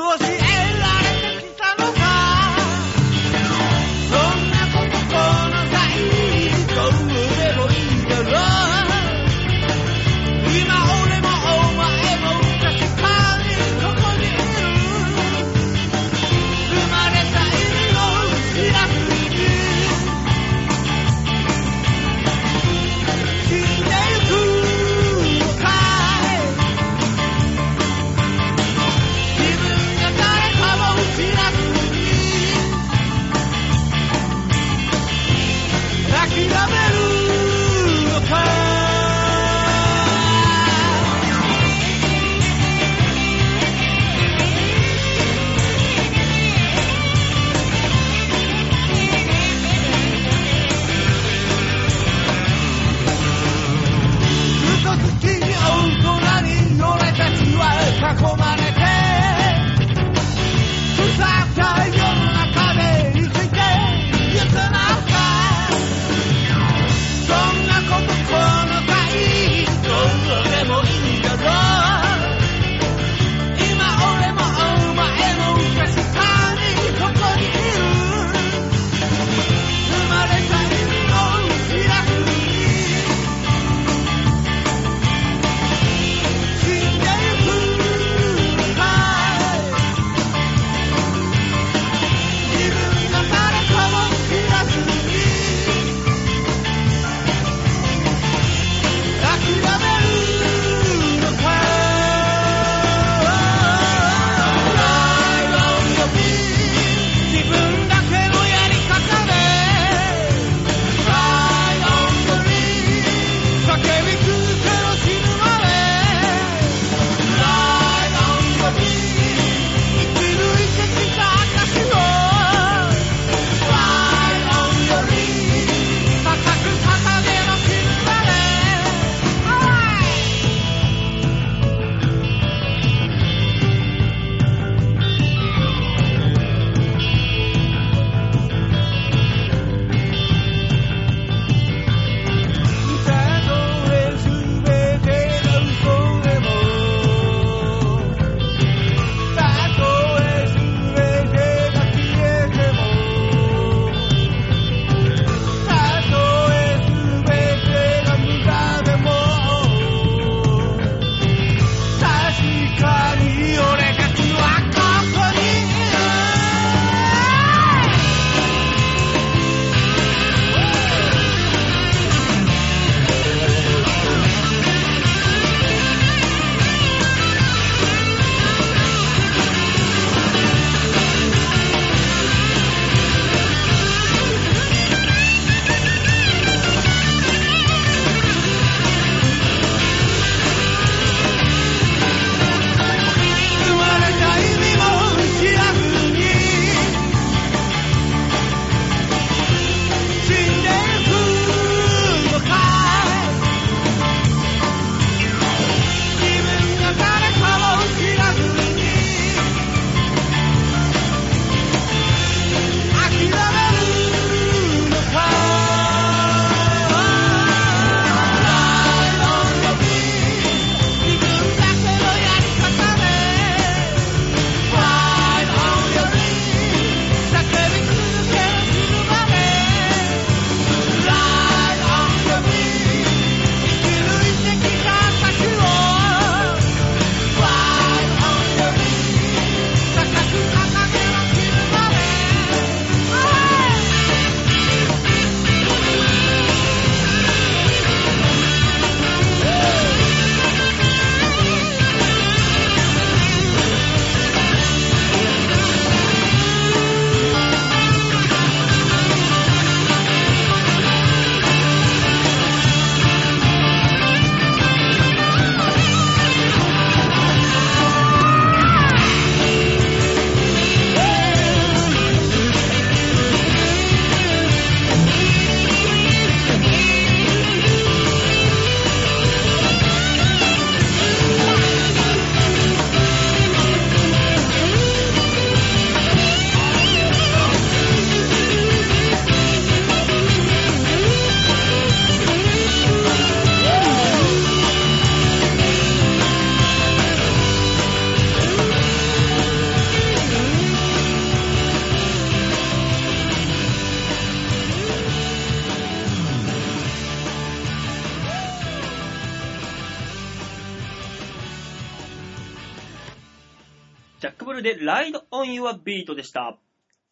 [SPEAKER 1] で Ride on your beat でした。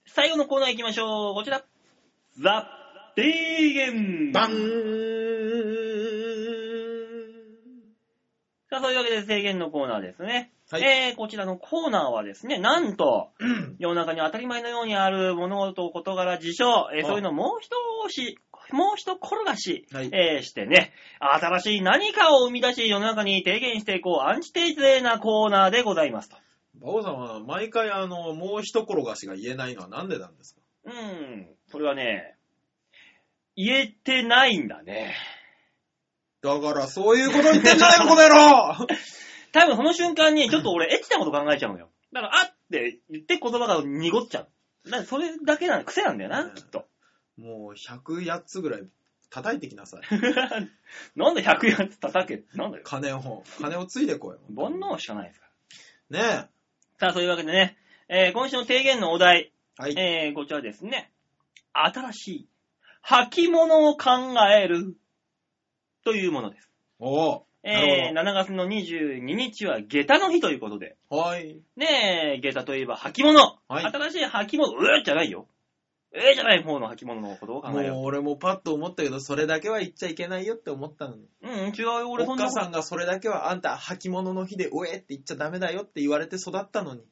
[SPEAKER 1] 最後のコーナー行きましょう。こちら。ザ・ビーゲン
[SPEAKER 2] バン
[SPEAKER 1] さあ、そういうわけで制限のコーナーですね。
[SPEAKER 2] はい
[SPEAKER 1] えー、こちらのコーナーはですね、なんと、世の中に当たり前のようにある物事、事柄、事象、えー
[SPEAKER 2] あ
[SPEAKER 1] そういうのをもう一押し、もう一転がし、
[SPEAKER 2] はい
[SPEAKER 1] えーしてね、新しい何かを生み出し、世の中に提言していこう、アンチテーゼなコーナーでございますと。
[SPEAKER 2] バオさんは毎回あの、もう一転がしが言えないのはなんでなんですか
[SPEAKER 1] うーん、これはね、言えてないんだね。
[SPEAKER 2] だからそういうこと言ってんじゃないのこの野 郎
[SPEAKER 1] 多分その瞬 間に、ちょっと俺、エッチなこと考えちゃうのよ。だから、あって言って言葉が濁っちゃう。だからそれだけなの、癖なんだよな、
[SPEAKER 2] うん
[SPEAKER 1] きっと。
[SPEAKER 2] もう108つぐらい叩いてきなさい。
[SPEAKER 1] なんで100やつ叩けなんだよ。
[SPEAKER 2] 金を、金をついてこい。
[SPEAKER 1] 煩悩しかないですか
[SPEAKER 2] ね
[SPEAKER 1] ら。さあ、そういうわけでね、えー今週の提言のお題、
[SPEAKER 2] え。はい。
[SPEAKER 1] えーこちらですね。新しい履物を考えるというものです。
[SPEAKER 2] おお。
[SPEAKER 1] えー
[SPEAKER 2] なる
[SPEAKER 1] 7月の22日は下駄の日ということで、
[SPEAKER 2] ほど。はい。
[SPEAKER 1] ねえ、下駄といえば履物。
[SPEAKER 2] はい
[SPEAKER 1] 新しい履物、うーじゃないよ。えーじゃない方の履物のことを考
[SPEAKER 2] も
[SPEAKER 1] え
[SPEAKER 2] う
[SPEAKER 1] よ
[SPEAKER 2] 俺もパッと思ったけど、それだけは言っちゃいけないよって思ったのに。
[SPEAKER 1] う。うん、違うよ、俺そ
[SPEAKER 2] お
[SPEAKER 1] んな
[SPEAKER 2] 母
[SPEAKER 1] こと
[SPEAKER 2] さんがそれだけはあんた履物の日でおえって言っちゃダメだよって言われて育ったのに。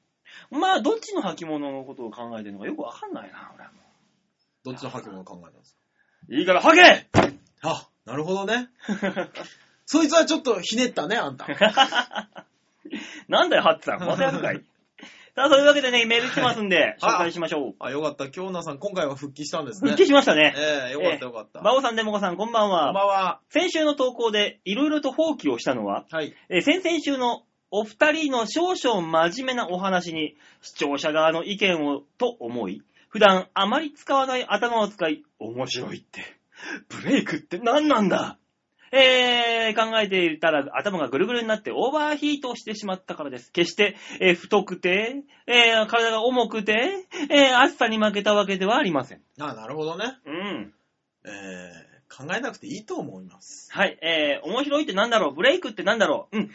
[SPEAKER 1] まあ、どっちの履物のことを考えてるのかよくわかんないな、俺はも
[SPEAKER 2] どっちの履物を考えたんです
[SPEAKER 1] う。いいから履
[SPEAKER 2] かあ、なるほどね。
[SPEAKER 1] け
[SPEAKER 2] そいつはちょっとひねったね、あ んた。
[SPEAKER 1] なんだよ、ハッツ さん。またやるかい。さあ、そういうわけでね、メール来てますんで、
[SPEAKER 2] はい
[SPEAKER 1] 紹介しましょう。
[SPEAKER 2] あ、よかった。京奈さん、今回は復帰したんですね
[SPEAKER 1] 復。帰しましたね。
[SPEAKER 2] ええよかったよかった。
[SPEAKER 1] バオさん、デモカさん、こんばん
[SPEAKER 2] こん
[SPEAKER 1] は。
[SPEAKER 2] ばんは。
[SPEAKER 1] 先週の投稿で、いろいろと放棄をしたのは、
[SPEAKER 2] はい。
[SPEAKER 1] えー先々週のお二人の少々真面目なお話に、視聴者側の意見をと思い、普段あまり使わない頭を使い、面白いって、ブレイクって何なんだえー、考えていたら頭がぐるぐるになってオーバーヒートしてしまったからです。決して、えー太くて、えー体が重くて、えー暑さに負けたわけではありません。
[SPEAKER 2] あ、なるほどね。
[SPEAKER 1] うん。
[SPEAKER 2] ええ考えなくていいと思います。
[SPEAKER 1] はい、えー、面白いって何だろうブレイクって何だろううん。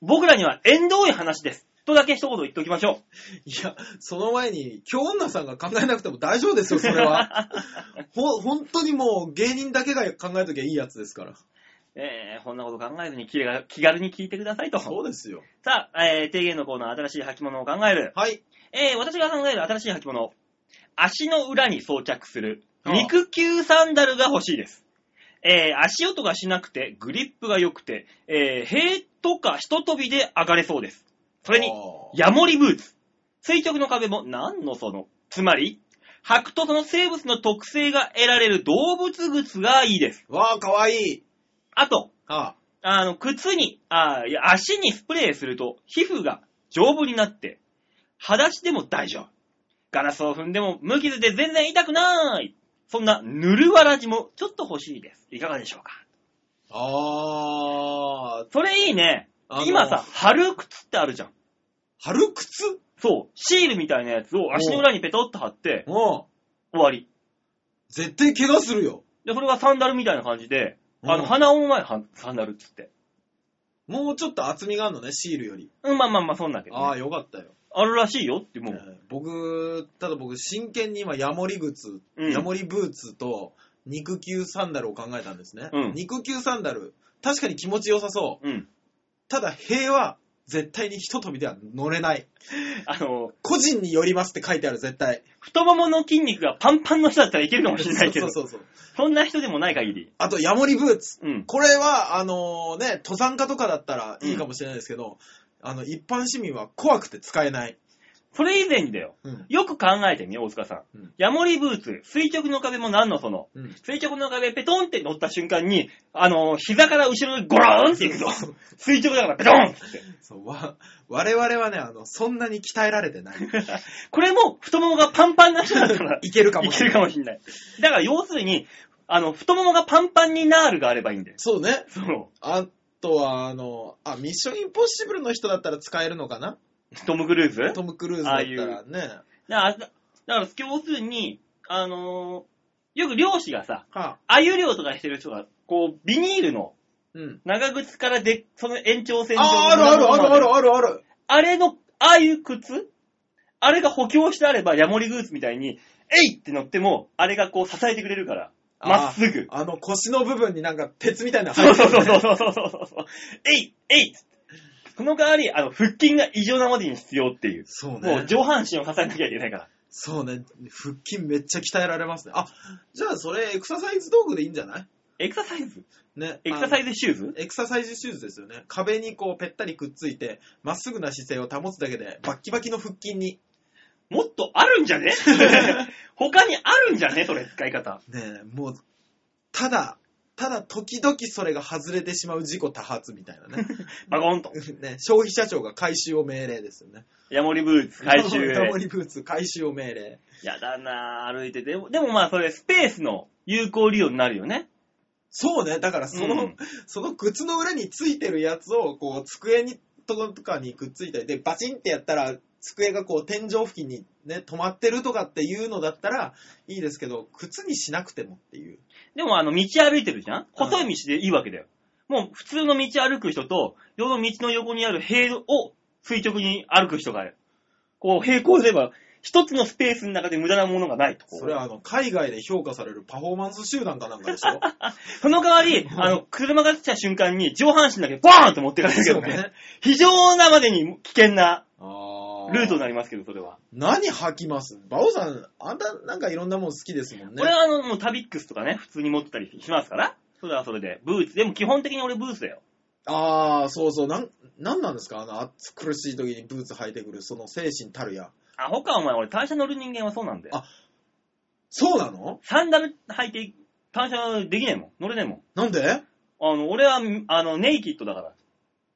[SPEAKER 1] 僕らには縁遠い話です。とだけ一言言っておきましょう。
[SPEAKER 2] いや、その前に、京奈さんが考えなくても大丈夫ですよ、それは。 ほ、本当にもう芸人だけが考えときゃいいやつですから。
[SPEAKER 1] えー、こんなこと考えずに気が気軽に聞いてくださいと。
[SPEAKER 2] そうですよ。
[SPEAKER 1] さあ、えー、提言のコーナー、新しい履物を考える。
[SPEAKER 2] はい。
[SPEAKER 1] えー、私が考える新しい履物。足の裏に装着する、
[SPEAKER 2] ああ
[SPEAKER 1] 肉球サンダルが欲しいです。えー、足音がしなくて、グリップが良くて、えー、塀とか人飛びで上がれそうです。それに
[SPEAKER 2] あ、ー
[SPEAKER 1] ヤモリブーツ。垂直の壁も何のその。つまり、履くとその生物の特性が得られる動物靴がいいです。
[SPEAKER 2] わあ、かわいい。
[SPEAKER 1] あと、
[SPEAKER 2] あ
[SPEAKER 1] あの、靴に、あいや足にスプレーすると、皮膚が丈夫になって、裸足でも大丈夫。ガラスを踏んでも無傷で全然痛くない。そんなぬるわらじもちょっと欲しいです。いかがでしょうか
[SPEAKER 2] あー。
[SPEAKER 1] それいいね。
[SPEAKER 2] あの
[SPEAKER 1] 今さ、春靴ってあるじゃん。
[SPEAKER 2] 春靴
[SPEAKER 1] そう。シールみたいなやつを足の裏にペトッと貼って、
[SPEAKER 2] も
[SPEAKER 1] 終わり。
[SPEAKER 2] う、絶対怪我するよ。
[SPEAKER 1] で、それがサンダルみたいな感じで、あ
[SPEAKER 2] う
[SPEAKER 1] の、
[SPEAKER 2] ん
[SPEAKER 1] 鼻緒の前はサンダルっつって。
[SPEAKER 2] もうちょっと厚みがあるのね、シールより。
[SPEAKER 1] うん、まあまあまあ、そんなんだけどね、
[SPEAKER 2] ああ、よかったよ。
[SPEAKER 1] あるらしいよって、も
[SPEAKER 2] え
[SPEAKER 1] う。
[SPEAKER 2] ー僕、ただ僕、真剣に今、ヤモリ靴、
[SPEAKER 1] うん
[SPEAKER 2] ヤモリブーツと、肉球サンダルを考えたんですね。
[SPEAKER 1] うん
[SPEAKER 2] 肉球サンダル、確かに気持ちよさそう。
[SPEAKER 1] うん。
[SPEAKER 2] ただ、塀は、絶対にひと飛びでは乗れない。
[SPEAKER 1] あの、
[SPEAKER 2] 個人によりますって書いてある、絶対。
[SPEAKER 1] 太ももの筋肉がパンパンの人だったらいけるかもしれないけど、
[SPEAKER 2] そうそうそうそう。
[SPEAKER 1] そんな人でもない限り。
[SPEAKER 2] あと、ヤモリブーツ。
[SPEAKER 1] うん。
[SPEAKER 2] これは、あのね、登山家とかだったらいいかもしれないですけど、あの、一般市民は怖くて使えない。
[SPEAKER 1] それ以前にだよ。
[SPEAKER 2] うん。
[SPEAKER 1] よく考えてみよう、大塚さん。
[SPEAKER 2] うん
[SPEAKER 1] ヤモリブーツ、垂直の壁も何のその。
[SPEAKER 2] うん。
[SPEAKER 1] 垂直の壁ペトンって乗った瞬間に、あのー膝から後ろにゴローンっていくぞ。垂直だからペトンって。
[SPEAKER 2] そう、わ、我々はね、あの、そんなに鍛えられてない。
[SPEAKER 1] これも太ももがパンパンな人だったら
[SPEAKER 2] いける か
[SPEAKER 1] い
[SPEAKER 2] もし
[SPEAKER 1] け
[SPEAKER 2] れ
[SPEAKER 1] る
[SPEAKER 2] な
[SPEAKER 1] か
[SPEAKER 2] い。
[SPEAKER 1] もしれない。だから要するに、あの、太ももがパンパンになるがあればいいんだよ。
[SPEAKER 2] そうね。
[SPEAKER 1] そう。
[SPEAKER 2] あとは、あの、あ、ミッションインポッシブルの人だったら使えるのかな
[SPEAKER 1] トム・クルーズ
[SPEAKER 2] トム・クルーズだったら
[SPEAKER 1] だ
[SPEAKER 2] ね。
[SPEAKER 1] から、だから要するに、あのーよく漁師がさ、
[SPEAKER 2] はあ、
[SPEAKER 1] 鮎漁とかしてる人が、こう、ビニールの
[SPEAKER 2] うん。
[SPEAKER 1] 長靴からで、その延長線上の
[SPEAKER 2] あ、あるあるあるあるあるある。
[SPEAKER 1] あれの、ああいう靴あれが補強してあれば、ヤモリグースみたいに、えいって乗っても、あれがこう支えてくれるから、まっすぐ。
[SPEAKER 2] あの腰の部分になんか鉄みたいなの
[SPEAKER 1] そ
[SPEAKER 2] 入
[SPEAKER 1] う
[SPEAKER 2] って
[SPEAKER 1] そう
[SPEAKER 2] る
[SPEAKER 1] そうそうそうそうそうそう。えいえいその代わり、あの、腹筋が異常なまでに必要っていう。
[SPEAKER 2] そう
[SPEAKER 1] もう
[SPEAKER 2] ね。
[SPEAKER 1] 上半身を支えなきゃいけないから。
[SPEAKER 2] そうね。腹筋めっちゃ鍛えられますね。あ、じゃあそれエクササイズ道具でいいんじゃない
[SPEAKER 1] エクササイズ
[SPEAKER 2] ね。
[SPEAKER 1] エクササ
[SPEAKER 2] イズ
[SPEAKER 1] イズシューズ
[SPEAKER 2] エクササイズシューズですよね。壁にこうぺったりくっついて、まっすぐな姿勢を保つだけで、バッキバキの腹筋に。
[SPEAKER 1] もっとあるんじゃ ね他にあるんじゃねそれ、使い方。
[SPEAKER 2] ねえ、もう、ただ、ただ時々それが外れてしまう事故多発みたいな ね。
[SPEAKER 1] バゴンと。
[SPEAKER 2] ね消費者庁が回収を命令ですよね。
[SPEAKER 1] ヤモリブーツ回収。
[SPEAKER 2] ダモリブーツ回収を命令。
[SPEAKER 1] やだなぁ、歩いてて。でもでもまあ、それ、スペースの有効利用になるよね。
[SPEAKER 2] そうね、だからそ
[SPEAKER 1] う
[SPEAKER 2] の、
[SPEAKER 1] ん
[SPEAKER 2] その靴の裏についてるやつを、こう、机に、とかにくっついたり、で、バチンってやったら、机がこう、天井付近にね、止まってるとかっていうのだったら、いいですけど、靴にしなくてもっていう。
[SPEAKER 1] でも、あの、道歩いてるじゃん細い道でいいわけだよ。もう、普通の道歩く人と、世の道の横にある塀を垂直に歩く人がある。こう、並行すれば、一つのスペースの中で無駄なものがないと。
[SPEAKER 2] それは、あの、海外で評価されるパフォーマンス集団かなんかでしょ
[SPEAKER 1] その代わ り、あの、車が来た瞬間に上半身だけバーンって持ってかれるけどね。。非常なまでに危険な
[SPEAKER 2] あ
[SPEAKER 1] ルートに
[SPEAKER 2] だ。
[SPEAKER 1] なりますけど、それは。
[SPEAKER 2] 何履きますバオさん、あんたなんかいろんなもん好きですもんね。
[SPEAKER 1] 俺はあの、もうタビックスとかね、普通に持ってたりしますから。それはそれで。ブーツ。でも基本的に俺ブーツだよ。
[SPEAKER 2] ああ、そうそう、なん、なんなんですかあの、暑苦しい時にブーツ履いてくる、その精神たるや。
[SPEAKER 1] アホかお前、俺単車乗る人間はそうなんだよ。
[SPEAKER 2] あそうなの
[SPEAKER 1] サンダル履いて、単車できねえもん。乗れねえもん。
[SPEAKER 2] なんで
[SPEAKER 1] あの、俺は、あの、ネイキッドだから。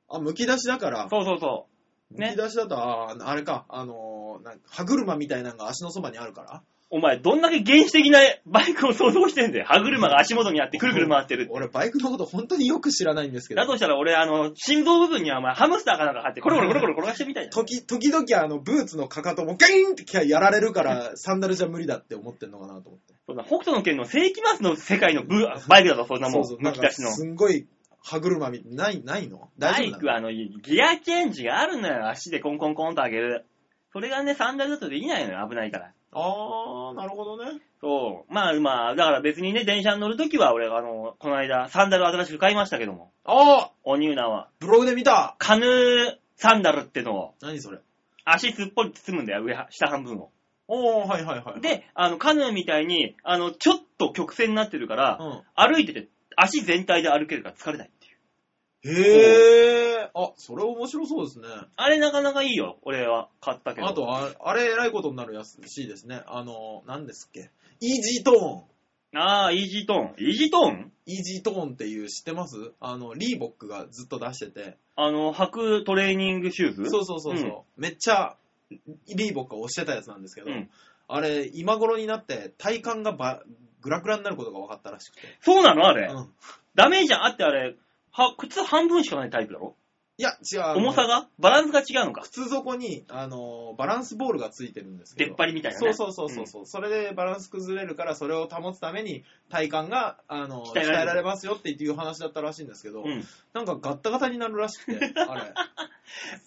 [SPEAKER 2] あ、剥き出しだから。
[SPEAKER 1] そうそうそね
[SPEAKER 2] 剥き出しだと、あーあれか、あのーなんか歯車みたいなのが足のそばにあるから。
[SPEAKER 1] う。お前、どんだけ原始的なバイクを想像してんだよ。歯車が足元にあって、くるくる回ってる。
[SPEAKER 2] 俺、バイクのこと本当によく知らないんですけど
[SPEAKER 1] だ。としたら俺、あの、心臓部分にはお前、ハムスターかなんか入って、コロコロコロコロ転がしてみたいじゃん。
[SPEAKER 2] 時時々あのブーツのかかともガインってやられるからサンダルじゃ無理だって思ってんのかなと思って。
[SPEAKER 1] そんな北斗の剣の世紀末の世界のブバイクだぞ、そんなもん。
[SPEAKER 2] そうそう
[SPEAKER 1] む
[SPEAKER 2] なん
[SPEAKER 1] き
[SPEAKER 2] か
[SPEAKER 1] 出しの。
[SPEAKER 2] すんごい歯車みないないの
[SPEAKER 1] バ
[SPEAKER 2] 大
[SPEAKER 1] イ
[SPEAKER 2] 丈夫
[SPEAKER 1] ク
[SPEAKER 2] な
[SPEAKER 1] は
[SPEAKER 2] の
[SPEAKER 1] あの、ギアチェンジがあるのよ。足でコンコンコンと上げる。それがね、サンダルだとできないのよ。危ないから。
[SPEAKER 2] あー、なるほどね。
[SPEAKER 1] そう。まあまあ、だから別にね、電車に乗るときは、俺があの、この間、サンダル新しく買いましたけども。
[SPEAKER 2] あ
[SPEAKER 1] おニューナは。
[SPEAKER 2] ー、ブログで見た
[SPEAKER 1] カヌーサンダルってのを、
[SPEAKER 2] 何それ
[SPEAKER 1] 足すっぽり包むんだよ。上、下半分を。
[SPEAKER 2] おー、はいはいはい。、
[SPEAKER 1] で、あの、カヌーみたいに、あの、ちょっと曲線になってるから、
[SPEAKER 2] うん。
[SPEAKER 1] 歩いてて、足全体で歩けるから疲れないっていう。
[SPEAKER 2] へえ。あ、それ面白そうですね。
[SPEAKER 1] あれなかなかいいよ。俺は買ったけど。
[SPEAKER 2] あとあ、あれ、えらいことになるやつらしいですね。あの、何ですっけ。イージートーン。
[SPEAKER 1] ああ、イージートーン。イージートーン
[SPEAKER 2] イージートーンっていう知ってますあの、リーボックがずっと出してて。
[SPEAKER 1] あの、履くトレーニングシューズ
[SPEAKER 2] そうそうそうそう、めっちゃ、リーボックを押してたやつなんですけど、
[SPEAKER 1] うん
[SPEAKER 2] あれ、今頃になって体幹がばグラグラになることが分かったらしくて。
[SPEAKER 1] そうなのあれ、
[SPEAKER 2] うん
[SPEAKER 1] ダメージあってあれ、は、靴半分しかないタイプだろ
[SPEAKER 2] いや、違う。あの
[SPEAKER 1] 重さがバランスが違うのか。
[SPEAKER 2] 靴底に、あの、バランスボールがついてるんですけ
[SPEAKER 1] 出
[SPEAKER 2] ど。
[SPEAKER 1] っ張りみたいな
[SPEAKER 2] そう
[SPEAKER 1] ね。
[SPEAKER 2] そうそうそうそう、それでバランス崩れるからそれを保つために体幹があの
[SPEAKER 1] 鍛
[SPEAKER 2] 鍛
[SPEAKER 1] え
[SPEAKER 2] え
[SPEAKER 1] られる
[SPEAKER 2] られますよっていう話だったらしいんですけど、
[SPEAKER 1] うん。
[SPEAKER 2] なんかガッタガタになるらし くてあれ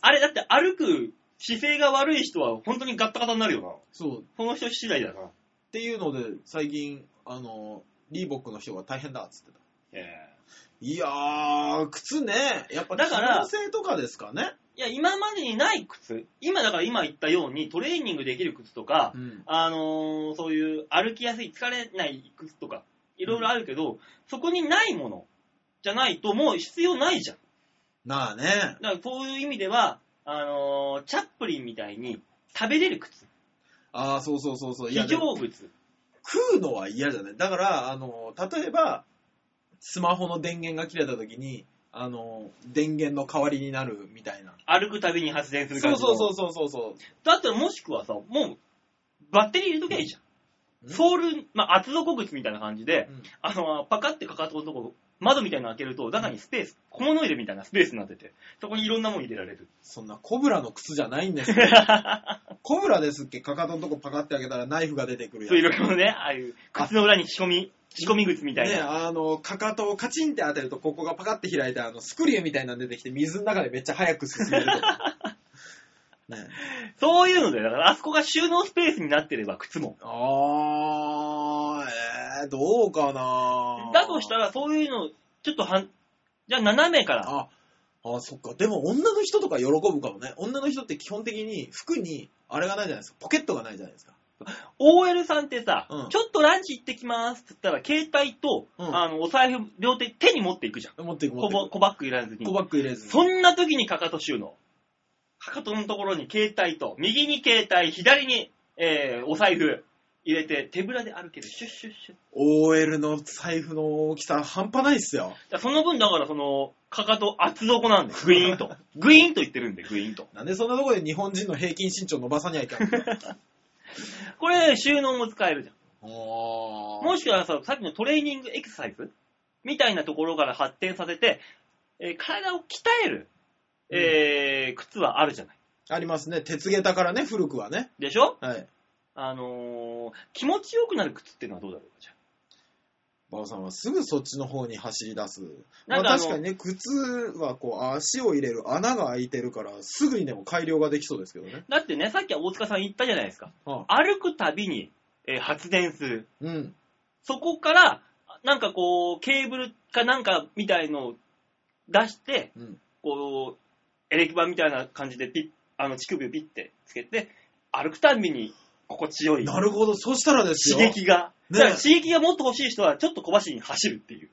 [SPEAKER 1] あれだって歩く姿勢が悪い人は本当にガッタガタになるよな。
[SPEAKER 2] そうっ
[SPEAKER 1] その人次第だな。
[SPEAKER 2] ていうので最近あのリーボックの人が大変だっつってた
[SPEAKER 1] え
[SPEAKER 2] いやー靴ねやっぱ
[SPEAKER 1] だから
[SPEAKER 2] 機能性とかですかね、
[SPEAKER 1] えいや、今までにない靴。今だから今言ったようにトレーニングできる靴とか、
[SPEAKER 2] うん、
[SPEAKER 1] あのーそういう歩きやすい、疲れない靴とか、いろいろあるけど、そこにないものじゃないともう必要ないじゃん。
[SPEAKER 2] まあね
[SPEAKER 1] だからそういう意味では、あのーチャップリンみたいに食べれる靴。
[SPEAKER 2] ああそうそうそうそういや
[SPEAKER 1] 非
[SPEAKER 2] でも
[SPEAKER 1] 常靴。
[SPEAKER 2] 食うのは嫌じゃないだからあの例えばスマホの電源が切れた時にあの電源の代わりになるみたいな
[SPEAKER 1] 歩くたびに発電する
[SPEAKER 2] そ
[SPEAKER 1] 感
[SPEAKER 2] う
[SPEAKER 1] じの。
[SPEAKER 2] そうそうそうそうそう
[SPEAKER 1] だったらもしくはさ、もう、バッテリー入れときゃいいじゃん。
[SPEAKER 2] うん
[SPEAKER 1] ソール、まあ、厚底靴みたいな感じで、
[SPEAKER 2] うん
[SPEAKER 1] あの、パカってかかとのとこ、窓みたいなの開けると、中にスペース、小物入れみたいなスペースになってて、そこにいろんなもん入れられる。
[SPEAKER 2] そんなコブラの靴じゃない んですよコブラですっけかかとのとこパカって開けたらナイフが出てくるや
[SPEAKER 1] そうい
[SPEAKER 2] つ
[SPEAKER 1] ろいろね、ああいう、靴の裏に仕込み、仕込み靴みたい
[SPEAKER 2] ね
[SPEAKER 1] な。
[SPEAKER 2] あのかかとをカチンって当てるとここ がパカって開いてあのスクリューみたいなの出てきて水の中でめっちゃ速く進めるとかね。
[SPEAKER 1] そういうので、だからあそこが収納スペースになってれば靴も。
[SPEAKER 2] あー、えー、どうかな
[SPEAKER 1] だとしたら、そういうの、ちょっとはん、じゃあ斜めから。
[SPEAKER 2] あ、あ、そっか。でも女の人とか喜ぶかもね。女の人って基本的に服に、あれがないじゃないですか。ポケットがないじゃないですか。
[SPEAKER 1] OL さんってさ、
[SPEAKER 2] うん
[SPEAKER 1] ちょっとランチ行ってきますって言ったら、携帯と、
[SPEAKER 2] うん
[SPEAKER 1] あの、お財布、両手、手に持っていくじゃん。
[SPEAKER 2] 持っていく、持
[SPEAKER 1] 小ば
[SPEAKER 2] ってい
[SPEAKER 1] 小バッグいらず
[SPEAKER 2] く。
[SPEAKER 1] に
[SPEAKER 2] 小。バッグ入れずに。
[SPEAKER 1] そんな時にかかと収納。かかとのところに携帯と、右に携帯、左に、えー、お財布入れて、手ぶらで歩ける。シュッシュッシュッ。
[SPEAKER 2] OL の財布の大きさ半端ないっすよ。
[SPEAKER 1] だからその分、だからその、かかと厚底なんで、グイー ンと。グイーンと言ってるんで、グイーンと。
[SPEAKER 2] なんでそんなとこで日本人の平均身長伸ばさにゃいかんの
[SPEAKER 1] これ、収納も使えるじゃん。
[SPEAKER 2] あー
[SPEAKER 1] もしくはさ、さっきのトレーニングエクササイズみたいなところから発展させて、えー体を鍛える、えー靴はあるじゃない。
[SPEAKER 2] ありますね。鉄下駄からね、古くはね。
[SPEAKER 1] でしょ
[SPEAKER 2] はい。
[SPEAKER 1] あのー気持ちよくなる靴っていうのはどうだろうか、じゃあ
[SPEAKER 2] 馬場さんはすぐそっちの方に走り出す。
[SPEAKER 1] な
[SPEAKER 2] ま
[SPEAKER 1] ん
[SPEAKER 2] あ
[SPEAKER 1] かあの
[SPEAKER 2] 確かにね、靴はこう、足を入れる穴が開いてるから、すぐにでも改良ができそうですけどね。
[SPEAKER 1] だってね、さっきは大塚さん言ったじゃないですか。
[SPEAKER 2] は
[SPEAKER 1] 歩くたびに、えー発電する。
[SPEAKER 2] うん。
[SPEAKER 1] そこから、なんかこう、ケーブルかなんかみたいのを出して、
[SPEAKER 2] うん。
[SPEAKER 1] こう、エレキ板みたいな感じでピッ、あの、乳首をピッてつけて、歩くたびに心地よい。
[SPEAKER 2] なるほど。そしたらですよ。
[SPEAKER 1] 刺激が。
[SPEAKER 2] ね
[SPEAKER 1] だから刺激がもっと欲しい人は、ちょっと小走りに走るっていう。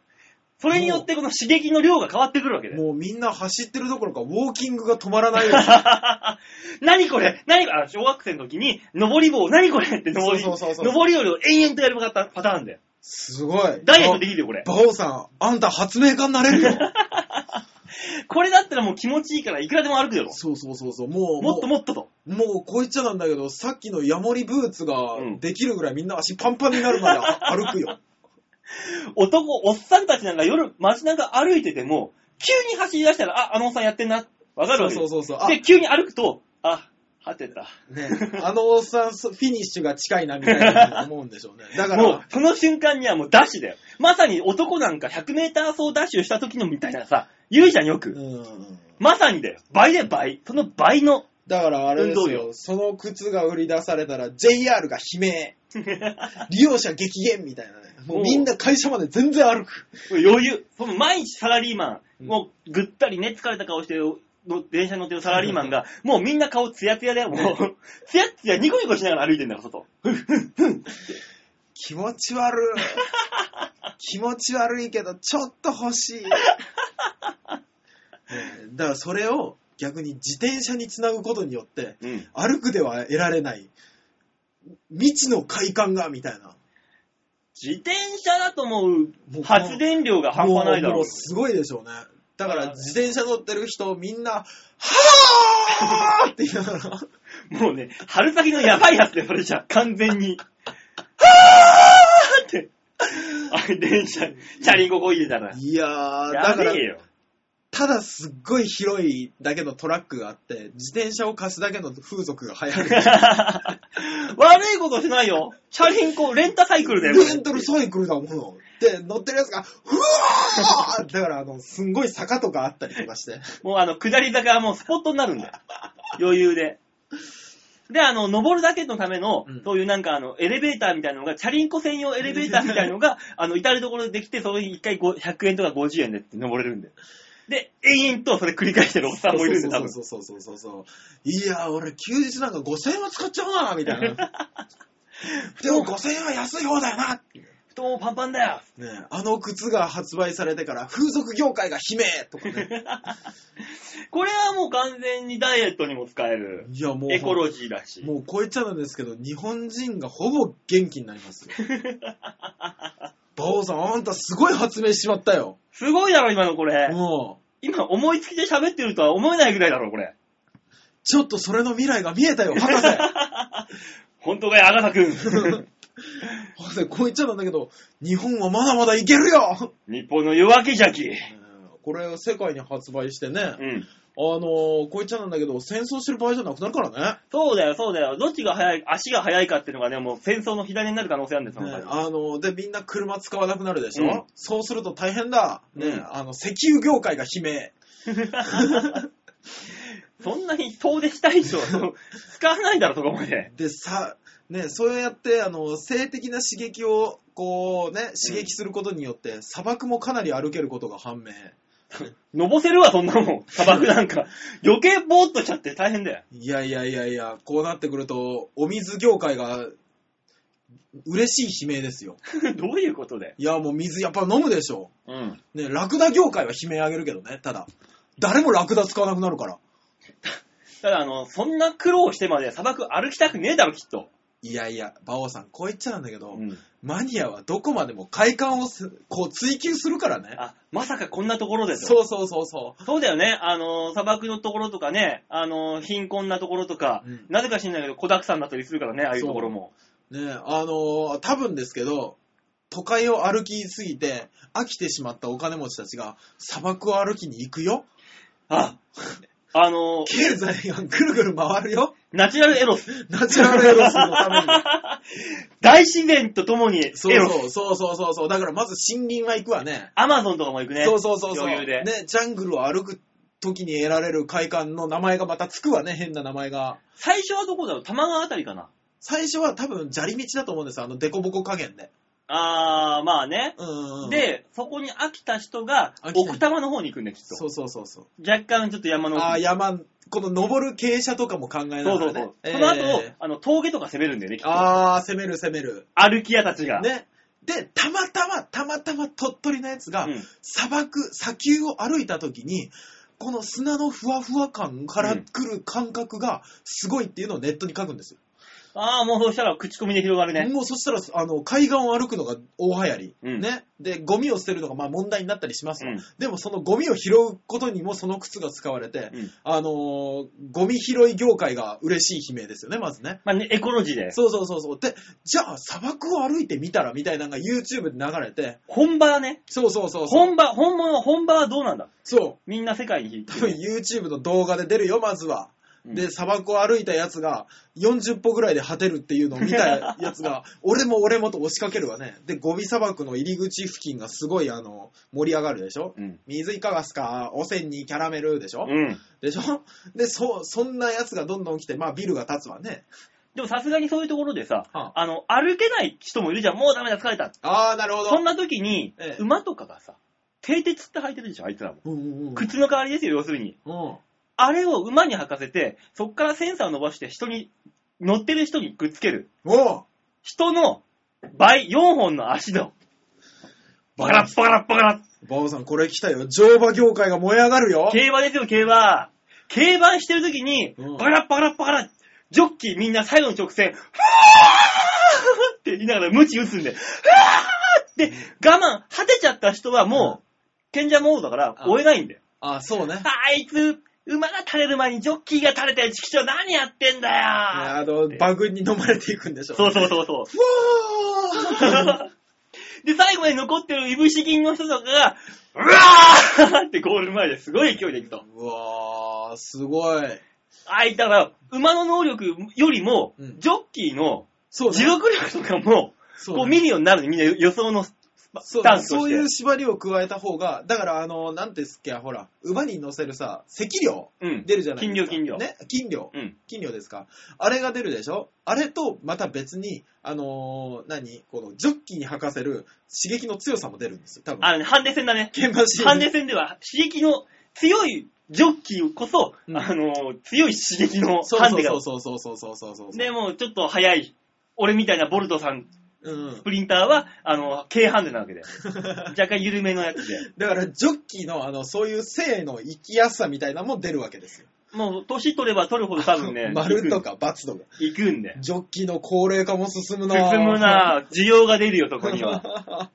[SPEAKER 1] それによってこの刺激の量が変わってくるわけだよ。
[SPEAKER 2] もうみんな走ってるどころか、ウォーキングが止まらな いよ
[SPEAKER 1] 何これ何これあ小学生の時に、登り棒、何これって登り、
[SPEAKER 2] そうそうそうそう
[SPEAKER 1] 登り降りを延々とやるパターンパターンで。
[SPEAKER 2] すごい。
[SPEAKER 1] ダイエットできるよ、これ。
[SPEAKER 2] 馬王さん、あんた発明家になれるよ。
[SPEAKER 1] これだったらもう気持ちいいから、いくらでも歩くよ。
[SPEAKER 2] そうそうそうそう。もう、
[SPEAKER 1] もっともっとと。
[SPEAKER 2] もうこう言っちゃなんだけど、さっきのヤモリブーツが
[SPEAKER 1] うん
[SPEAKER 2] できるぐらいみんな足パンパンになるまであ 歩くよ。
[SPEAKER 1] 男、おっさんたちなんか夜、街中歩いてても、急に走り出したら、あ、あのおっさんやってんな。わかるわけ
[SPEAKER 2] そう
[SPEAKER 1] です。
[SPEAKER 2] そうそうそうあ
[SPEAKER 1] で、急に歩くと、あ、果てた。
[SPEAKER 2] ね、あのおっさん、そフィニッシュが近いなみたいな思うんでしょうね。だか
[SPEAKER 1] もう
[SPEAKER 2] ら、、
[SPEAKER 1] その瞬間にはもうダッシュだよ。まさに男なんか100メーター走ダッシュした時のみたいなさ、言うじゃんよ
[SPEAKER 2] う
[SPEAKER 1] く。
[SPEAKER 2] ん。
[SPEAKER 1] まさにだよ。倍で倍。その倍の。
[SPEAKER 2] だからあれです
[SPEAKER 1] 運動量
[SPEAKER 2] よ、その靴が売り出されたら JR が悲 鳴、利用者激減みたいなね。も
[SPEAKER 1] お
[SPEAKER 2] う
[SPEAKER 1] う
[SPEAKER 2] みんな会社まで全然歩く。
[SPEAKER 1] 余裕。その毎日サラリーマン、
[SPEAKER 2] うん
[SPEAKER 1] もうぐったりね、疲れた顔してる、の電車に乗ってるサラリーマンが、もうみんな顔ツヤツヤだよ、もう。ツヤツヤニコニコしながら歩いてんだよ、外。
[SPEAKER 2] 気持ち悪い。気持ち悪いけど、ちょっと欲しい。 ねえだからそれを逆に自転車につなぐことによって、
[SPEAKER 1] うん。
[SPEAKER 2] 歩くでは得られない、未知の快感が、みたいな。
[SPEAKER 1] 自転車だとも
[SPEAKER 2] も
[SPEAKER 1] う、
[SPEAKER 2] う
[SPEAKER 1] 発電量が半端ないだろ
[SPEAKER 2] もうも
[SPEAKER 1] う
[SPEAKER 2] う。すごいでしょうね。だから自転車乗ってる人、みんな、はぁーって言いながら、
[SPEAKER 1] もうね、春先のやばいやつで、それじゃ、完全に。はぁーって。あれ、電車、チャリンコこいでたら。
[SPEAKER 2] いやー、だ
[SPEAKER 1] や
[SPEAKER 2] から
[SPEAKER 1] べえ、よ。
[SPEAKER 2] ただすっごい広いだけのトラックがあって、自転車を貸すだけの風俗が流 行る。
[SPEAKER 1] 悪いことしないよ。チャリンコ、レンタサイクルだよ。
[SPEAKER 2] レンタルサイクルだもの。で、乗ってるやつが、ふわーだから、あの、すんごい坂とかあったりとかして。
[SPEAKER 1] もうあの、下り坂はもうスポットになるん だよ。余裕で。で、あの、登るだけのための、
[SPEAKER 2] うん
[SPEAKER 1] そういうなんかあの、エレベーターみたいなのが、チャリンコ専用エレベーターみたいなのが、あの、至るところでできて、それに一回ご100円とか50円でって登れるんで。で、永遠とそれ繰り返してるおっさんもいるんで、多分。
[SPEAKER 2] そうそうそうそうそうそう。いや、俺、休日なんか5000円は使っちゃうな、みたいな。 でも5000円は安い方だよな。
[SPEAKER 1] 太ももパンパンだよ。
[SPEAKER 2] ね、あの靴が発売されてから、風俗業界が悲鳴とかね。
[SPEAKER 1] これはもう完全にダイエットにも使える。
[SPEAKER 2] いや、もう、
[SPEAKER 1] エコロジーだし。
[SPEAKER 2] もうこう言っちゃうんですけど、日本人がほぼ元気になりますよ。馬王さん、あんたすごい発明しちまったよ。
[SPEAKER 1] すごいだろ、今のこれ。
[SPEAKER 2] もう。
[SPEAKER 1] 今思いつきで喋ってるとは思えないぐらいだろ、これ。
[SPEAKER 2] ちょっとそれの未来が見えたよ、博士。
[SPEAKER 1] 本当かよ、アガサ君。
[SPEAKER 2] 博士、こう言っちゃなんだけど、日本はまだまだいけ るよ、
[SPEAKER 1] 日本の夜明け邪気。
[SPEAKER 2] これを世界に発売してね、あ
[SPEAKER 1] うん。
[SPEAKER 2] のー、こう言っちゃなんだけど、戦争してる場合じゃなくなるからね。
[SPEAKER 1] そうだよ、そうだよ。どっちが早い、足が早いかっていうのがね、もう戦争の火種になる可能性あるんですよ、
[SPEAKER 2] ね
[SPEAKER 1] 本当に
[SPEAKER 2] あのー、で、みんな車使わなくなるでしょ、
[SPEAKER 1] うん
[SPEAKER 2] そうすると大変だ。ね、
[SPEAKER 1] うん
[SPEAKER 2] あの、石油業界が悲鳴。
[SPEAKER 1] そんなに遠出したい人は使わないだろ、そこまで。
[SPEAKER 2] でさ、ね、そうやって、あの、性的な刺激を、こうね、刺激することによって、砂漠もかなり歩けることが判明。
[SPEAKER 1] のぼせるわ、そんなもん。砂漠なんか。余計ぼーっとしちゃって大変だよ。
[SPEAKER 2] いやいやいやいや、こうなってくると、お水業界が、嬉しい悲鳴ですよ。
[SPEAKER 1] どういうことで
[SPEAKER 2] いや、もう水やっぱ飲むでしょ。
[SPEAKER 1] うん。
[SPEAKER 2] ね、ラクダ業界は悲鳴あげるけどね、ただ。誰もラクダ使わなくなるから。
[SPEAKER 1] ただ、あの、そんな苦労してまで砂漠歩きたくねえだろ、きっと。
[SPEAKER 2] いやいや、馬王さん、こう言っちゃなんだけど、
[SPEAKER 1] うん。
[SPEAKER 2] マニアはどこまでも快感をすこう追求するからね。
[SPEAKER 1] あ、まさかこんなところでと。
[SPEAKER 2] そうそうそうそ
[SPEAKER 1] そうだよね。あの、砂漠のところとかね、あの、貧困なところとか、
[SPEAKER 2] うん
[SPEAKER 1] なぜか知んないけど、子沢山だったりするからね、ああいうところも。
[SPEAKER 2] う。ねあのー多分ですけど、都会を歩きすぎて飽きてしまったお金持ちたちが砂漠を歩きに行くよ。
[SPEAKER 1] あ、あの、
[SPEAKER 2] 経済がぐるぐる回るよ。
[SPEAKER 1] ナチュラルエロス。
[SPEAKER 2] ナチュラルエロスのため に。
[SPEAKER 1] 大自然とともにエロス。
[SPEAKER 2] そうそうそうそうそうそう。だからまず森林は行くわね。
[SPEAKER 1] アマゾンとかも行くね。
[SPEAKER 2] そうそうそうそう。
[SPEAKER 1] 余裕で
[SPEAKER 2] ね、ジャングルを歩く時に得られる快感の名前がまたつくわね、変な名前が。
[SPEAKER 1] 最初はどこだろう玉川あたりかな。
[SPEAKER 2] 最初は多分砂利道だと思うんですよ、あのデコボコ加減で。
[SPEAKER 1] あー、まあね。
[SPEAKER 2] うんうんうん、
[SPEAKER 1] で、そこに飽きた人が
[SPEAKER 2] 飽きた、人
[SPEAKER 1] 奥多摩の方に行くんだよ、きっ
[SPEAKER 2] そ
[SPEAKER 1] と。
[SPEAKER 2] うそうそうそう。
[SPEAKER 1] 若干ちょっと山の
[SPEAKER 2] ああ、
[SPEAKER 1] 奥。
[SPEAKER 2] 山、この登る傾斜とかも考えな
[SPEAKER 1] そ
[SPEAKER 2] が
[SPEAKER 1] う
[SPEAKER 2] ら、ね。
[SPEAKER 1] そうそう。
[SPEAKER 2] えー
[SPEAKER 1] その後、あの、峠とか攻めるんだよね、きっと。
[SPEAKER 2] ああ、攻める攻める。
[SPEAKER 1] 歩き屋たちが。
[SPEAKER 2] ね。で、たまたま、たまたま鳥取のやつが、
[SPEAKER 1] うん
[SPEAKER 2] 砂漠、砂丘を歩いた時に、この砂のふわふわ感から来る感覚がすごいっていうのをネットに書くんですよ。
[SPEAKER 1] ああ、もうそうしたら口コミで広がるね。
[SPEAKER 2] もうそしたら、あの、海岸を歩くのが大流行り。
[SPEAKER 1] うん
[SPEAKER 2] ね。で、ゴミを捨てるのがまあ問題になったりしますわ、
[SPEAKER 1] うん
[SPEAKER 2] でもそのゴミを拾うことにもその靴が使われて、
[SPEAKER 1] うん
[SPEAKER 2] あのーゴミ拾い業界が嬉しい悲鳴ですよね、まずね。
[SPEAKER 1] まあね、エコロジーで。
[SPEAKER 2] そうそうそうそう。で、じゃあ砂漠を歩いてみたらみたいなのが YouTube で流れて、
[SPEAKER 1] 本場だね。
[SPEAKER 2] そうそうそうそう。
[SPEAKER 1] 本場、本物、本場はどうなんだ
[SPEAKER 2] そう。
[SPEAKER 1] みんな世界に
[SPEAKER 2] 多分 YouTube の動画で出るよ、まずは。
[SPEAKER 1] うん
[SPEAKER 2] で、砂漠を歩いたやつが40歩ぐらいで果てるっていうのを見 たやつが、俺も俺もと押しかけるわね。で、ゴミ砂漠の入り口付近がすごいあの、盛り上がるでしょ、
[SPEAKER 1] うん
[SPEAKER 2] 水いかがすか汚染にキャラメルでしょ、
[SPEAKER 1] うん。
[SPEAKER 2] でしょで、そ、そんなやつがどんどん来て、まあビルが建つわね。
[SPEAKER 1] でもさすがにそういうところでさ、
[SPEAKER 2] は
[SPEAKER 1] あの、歩けない人もいるじゃん。もうダメだ、疲れた。
[SPEAKER 2] ああ、なるほど。
[SPEAKER 1] そんな時に
[SPEAKER 2] ええ、
[SPEAKER 1] 馬とかがさ、蹄鉄って履いてるでしょ、あいつらも。
[SPEAKER 2] うんうんうん。
[SPEAKER 1] 靴の代わりですよ、要するに。
[SPEAKER 2] うん
[SPEAKER 1] あれを馬に履かせて、そっからセンサーを伸ばして人に、乗ってる人にくっつける。
[SPEAKER 2] おう
[SPEAKER 1] 人の倍、4本の足の。バ
[SPEAKER 2] バ
[SPEAKER 1] カラ
[SPEAKER 2] ラ
[SPEAKER 1] ッバカラッバカラ
[SPEAKER 2] バオさん、これ来たよ。乗馬業界が燃え上がるよ
[SPEAKER 1] ッ。。競馬ですよ、競馬。競馬してる時に
[SPEAKER 2] うん、
[SPEAKER 1] バカラッバカラッバカラッ。ジョッキーみんな最後の直線、ふわーって言いながら無知打つんで、ふわーって我慢、果てちゃった人はもう、賢者モードだから
[SPEAKER 2] あ
[SPEAKER 1] 追えないんだよ。
[SPEAKER 2] あ、そうね。
[SPEAKER 1] あいつ、馬が垂れる前にジョッキーが垂れて、チキショー何やってんだよ
[SPEAKER 2] あの、馬群に飲まれていくんでしょ。
[SPEAKER 1] そうそうそう そう。
[SPEAKER 2] うわー
[SPEAKER 1] で、最後まで残ってるいぶし銀の人とかが、うわーってゴール前ですごい勢いでいくと。
[SPEAKER 2] うわー、すごい。
[SPEAKER 1] あいたら、馬の能力よりも、
[SPEAKER 2] うん
[SPEAKER 1] ジョッキーの
[SPEAKER 2] そう
[SPEAKER 1] 持
[SPEAKER 2] ね。
[SPEAKER 1] 続力とかも、
[SPEAKER 2] そうね
[SPEAKER 1] こう見るようになるのみんな予想のス
[SPEAKER 2] そう
[SPEAKER 1] タ
[SPEAKER 2] ね
[SPEAKER 1] ンスと
[SPEAKER 2] そ
[SPEAKER 1] し
[SPEAKER 2] う
[SPEAKER 1] て。
[SPEAKER 2] いう縛りを加えた方が、だから、あの、なんていうんですっけ、ほら、馬に乗せるさ、脊量
[SPEAKER 1] うん
[SPEAKER 2] 出るじゃないです
[SPEAKER 1] 金量
[SPEAKER 2] か。
[SPEAKER 1] 金量
[SPEAKER 2] ね、金量。
[SPEAKER 1] うん。
[SPEAKER 2] 金量ですか。あれが出るでしょあれと、また別に、あのー何この、ジョッキに履かせる刺激の強さも出るんですよ、多分。
[SPEAKER 1] あのね、ハンデ戦だね。
[SPEAKER 2] 鍵盤シ
[SPEAKER 1] ハン
[SPEAKER 2] ー
[SPEAKER 1] デ
[SPEAKER 2] ン。
[SPEAKER 1] 戦では刺激の強いジョッキーこそ、
[SPEAKER 2] うん
[SPEAKER 1] あの、強い刺激の
[SPEAKER 2] そ
[SPEAKER 1] ハンデが
[SPEAKER 2] うそうそうそうそうそうそうそう。
[SPEAKER 1] で、もうちょっと早い、俺みたいなボルトさん、
[SPEAKER 2] うん
[SPEAKER 1] ス。プリンターは、あの、軽ハンデなわけ で。若干緩めのやつで。
[SPEAKER 2] だから、ジョッキーの、あの、そういう性の生きやすさみたいなのも出るわけですよ。、
[SPEAKER 1] もう、年取れば取るほど多分ね
[SPEAKER 2] 丸とか×とか。
[SPEAKER 1] 行くん行くんで。
[SPEAKER 2] ジョッキーの高齢化も進むなぁ
[SPEAKER 1] 進むなぁ需要が出るよ、そこに は。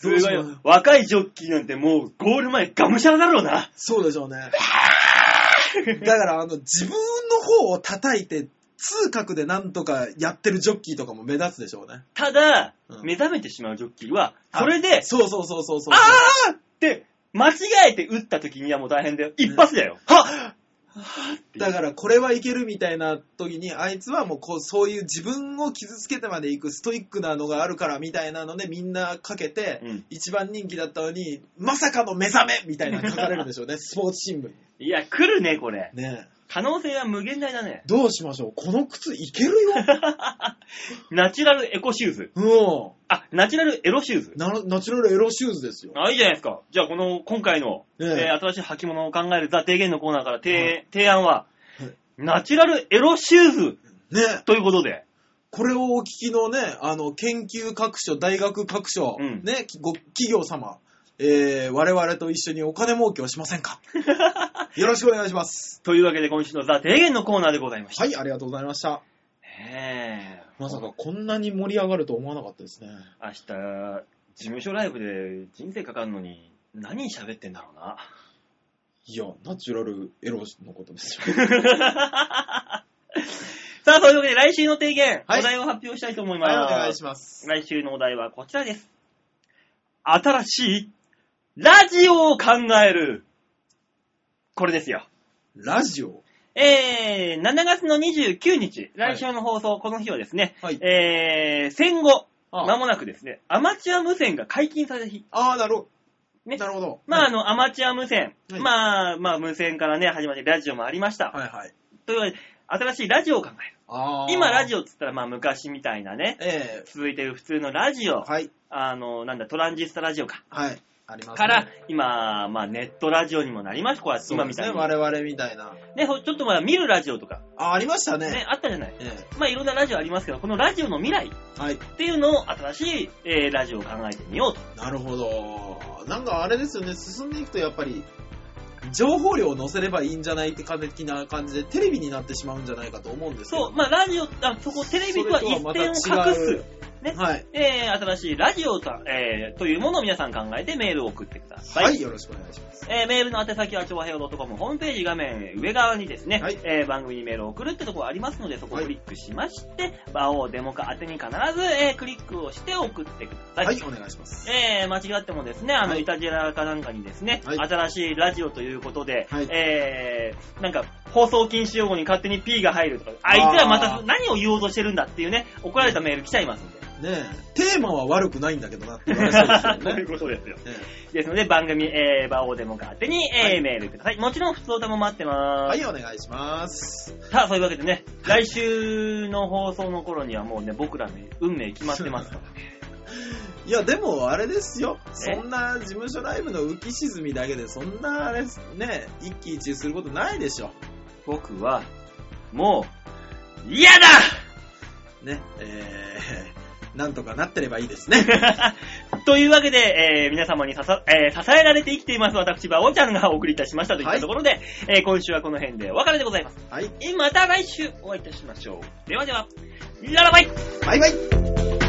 [SPEAKER 1] す
[SPEAKER 2] ど
[SPEAKER 1] ご
[SPEAKER 2] う
[SPEAKER 1] い
[SPEAKER 2] しよう。
[SPEAKER 1] 若いジョッキーなんてもう、ゴール前がむしゃらだろうな。
[SPEAKER 2] そうでしょうね。だから、あの、自分の方を叩いて、通覚でなんとかやってるジョッキーとかも目立つでしょうね。
[SPEAKER 1] ただ、
[SPEAKER 2] うん
[SPEAKER 1] 目覚めてしまうジョッキーは、それで、
[SPEAKER 2] そうそうそうそうそう。
[SPEAKER 1] あーって、間違えて打った時にはもう大変だよ。一発だよ。はっ
[SPEAKER 2] だからこれはいけるみたいな時にあいつはもうこうそういう自分を傷つけてまでいくストイックなのがあるからみたいなのでみんなかけて、
[SPEAKER 1] うん
[SPEAKER 2] 一番人気だったのにまさかの目覚めみたいなの書かれるんで しょうねスポーツ新聞に
[SPEAKER 1] いや、来るね、これ。
[SPEAKER 2] ねえ
[SPEAKER 1] 可能性は無限大だね。
[SPEAKER 2] どうしましょうこの靴いけるよ
[SPEAKER 1] ナチュラルエコシューズ。
[SPEAKER 2] う
[SPEAKER 1] あ、ナチュラルエロシューズ
[SPEAKER 2] ん。なナチュラルエロシューズですよ
[SPEAKER 1] あ、いいじゃないですか。じゃあ、この、今回の、
[SPEAKER 2] ええ
[SPEAKER 1] えー新しい履物を考えるザ・提言のコーナーから提,、提案は、
[SPEAKER 2] はい
[SPEAKER 1] ナチュラルエロシューズ
[SPEAKER 2] ねえ
[SPEAKER 1] ということで、
[SPEAKER 2] これをお聞きのねあの研究各所大学各所、
[SPEAKER 1] うん
[SPEAKER 2] ねきご企業様えー、我々と一緒にお金儲けをしません かよろしくお願いします。
[SPEAKER 1] というわけで今週のザ・提言のコーナーでございました。
[SPEAKER 2] はい、ありがとうございました。
[SPEAKER 1] ねえ
[SPEAKER 2] まさかこんなに盛り上がると思わなかったですね。
[SPEAKER 1] 明日、事務所ライブで人生かかるのに、何喋ってんだろうな。
[SPEAKER 2] いや、ナチュラルエロのことですよ。
[SPEAKER 1] さあ、そういうわけで来週の提言、
[SPEAKER 2] はい
[SPEAKER 1] お題を発表したいと思いま
[SPEAKER 2] は
[SPEAKER 1] す。
[SPEAKER 2] い、お願いします。
[SPEAKER 1] 来週のお題はこちらです。新しいラジオを考える。これですよ。
[SPEAKER 2] ラジオ
[SPEAKER 1] えー、7月の29日、来週の放送、この日はですね、
[SPEAKER 2] はい。
[SPEAKER 1] えー、戦後、
[SPEAKER 2] あ
[SPEAKER 1] 間もなくですね、アマチュア無線が解禁された日。
[SPEAKER 2] あー、なるほど。
[SPEAKER 1] ね
[SPEAKER 2] なるほど。
[SPEAKER 1] まあ、あの、アマチュア無線。
[SPEAKER 2] はい
[SPEAKER 1] まあ、まあ、無線からね、始まってラジオもありました。
[SPEAKER 2] はいはい。
[SPEAKER 1] というわけで、新しいラジオを考え
[SPEAKER 2] あ
[SPEAKER 1] る。今、ラジ
[SPEAKER 2] オ。
[SPEAKER 1] オっつったら、まあ、昔みたいなね、
[SPEAKER 2] え
[SPEAKER 1] 続いてる普通のラジ
[SPEAKER 2] ー、
[SPEAKER 1] オ、
[SPEAKER 2] はい。
[SPEAKER 1] あの、なんだ、トランジスタラジオか。
[SPEAKER 2] はい。あります、
[SPEAKER 1] から、今、まあ、ネットラジオにもなりました、こうやって
[SPEAKER 2] そう
[SPEAKER 1] 今
[SPEAKER 2] で
[SPEAKER 1] み
[SPEAKER 2] す
[SPEAKER 1] たい
[SPEAKER 2] ね。
[SPEAKER 1] に。
[SPEAKER 2] 我々みたいな。
[SPEAKER 1] ね、ほちょっとまあ、見るラジオとか、
[SPEAKER 2] あー、ありましたね。
[SPEAKER 1] ね、あったじゃない。
[SPEAKER 2] え
[SPEAKER 1] まあ、いろんなラジオありますけど、このラジオの未来っ
[SPEAKER 2] ー、はい。
[SPEAKER 1] ていうのを、新しい、えーラジオを考えてみようと。
[SPEAKER 2] なるほど。なんかあれですよね、進んでいくとやっぱり、情報量を載せればいいんじゃないって感じ的な感じで、テレビになってしまうんじゃないかと思うんですけど。
[SPEAKER 1] そう、まあ、ラジオ、あ、そこ、テレビとは一線を隠
[SPEAKER 2] それとはまた違
[SPEAKER 1] す
[SPEAKER 2] う。
[SPEAKER 1] ね
[SPEAKER 2] はい。
[SPEAKER 1] えー、新しいラジオと,、えー、というものを皆さん考えてメールを送ってください。
[SPEAKER 2] はい、よろしくお願いします。
[SPEAKER 1] えー、メールの宛先は、超和平洋 .com ホームページ画面上側にですね、
[SPEAKER 2] はい
[SPEAKER 1] えー、番組にメールを送るってところありますので、そこをクリックしまして、場をデモか宛てに必ず、えー、クリックをして送ってください。
[SPEAKER 2] はい、お願いします。
[SPEAKER 1] えー、間違ってもですね、あの、
[SPEAKER 2] はい
[SPEAKER 1] イタジェラかなんかにですね、
[SPEAKER 2] はい
[SPEAKER 1] 新しいラジオということで、
[SPEAKER 2] はい
[SPEAKER 1] えー、なんか、放送禁止用語に勝手に P が入るとか、あいつらまた何を言おうとしてるんだっていうね、怒られたメール来ちゃいますんで。
[SPEAKER 2] ねえ、テーマは悪くないんだけどなって言われそ うですよ
[SPEAKER 1] という
[SPEAKER 2] ね。
[SPEAKER 1] ことですよ。
[SPEAKER 2] ね
[SPEAKER 1] ですので、番組、えー、バオデモカ宛てに、えー
[SPEAKER 2] はい
[SPEAKER 1] メールください。もちろん、普通歌も待って
[SPEAKER 2] え
[SPEAKER 1] ま
[SPEAKER 2] は
[SPEAKER 1] ー
[SPEAKER 2] い、
[SPEAKER 1] す。
[SPEAKER 2] お願いします。
[SPEAKER 1] さあ、そういうわけでね、来週の放送の頃にはもうね、僕らの運命決まってますから。
[SPEAKER 2] いや、でも、あれですよ。そんな事務所ライブの浮き沈みだけで、そんな、あれ、ね、一喜一憂することないでしょ。
[SPEAKER 1] 僕は、もう、嫌だ
[SPEAKER 2] ね、えー、なんとかなってればいいで すね。
[SPEAKER 1] というわけで、えー皆様にささ、えー支えられて生きています私、バオちゃんがお送りいたしましたといっ
[SPEAKER 2] は
[SPEAKER 1] た
[SPEAKER 2] い
[SPEAKER 1] ところで、えー今週はこの辺でお別れでございます。
[SPEAKER 2] はい、
[SPEAKER 1] えーまた来週お会いいたしましょう。ではでは、ララバイ
[SPEAKER 2] バイバイ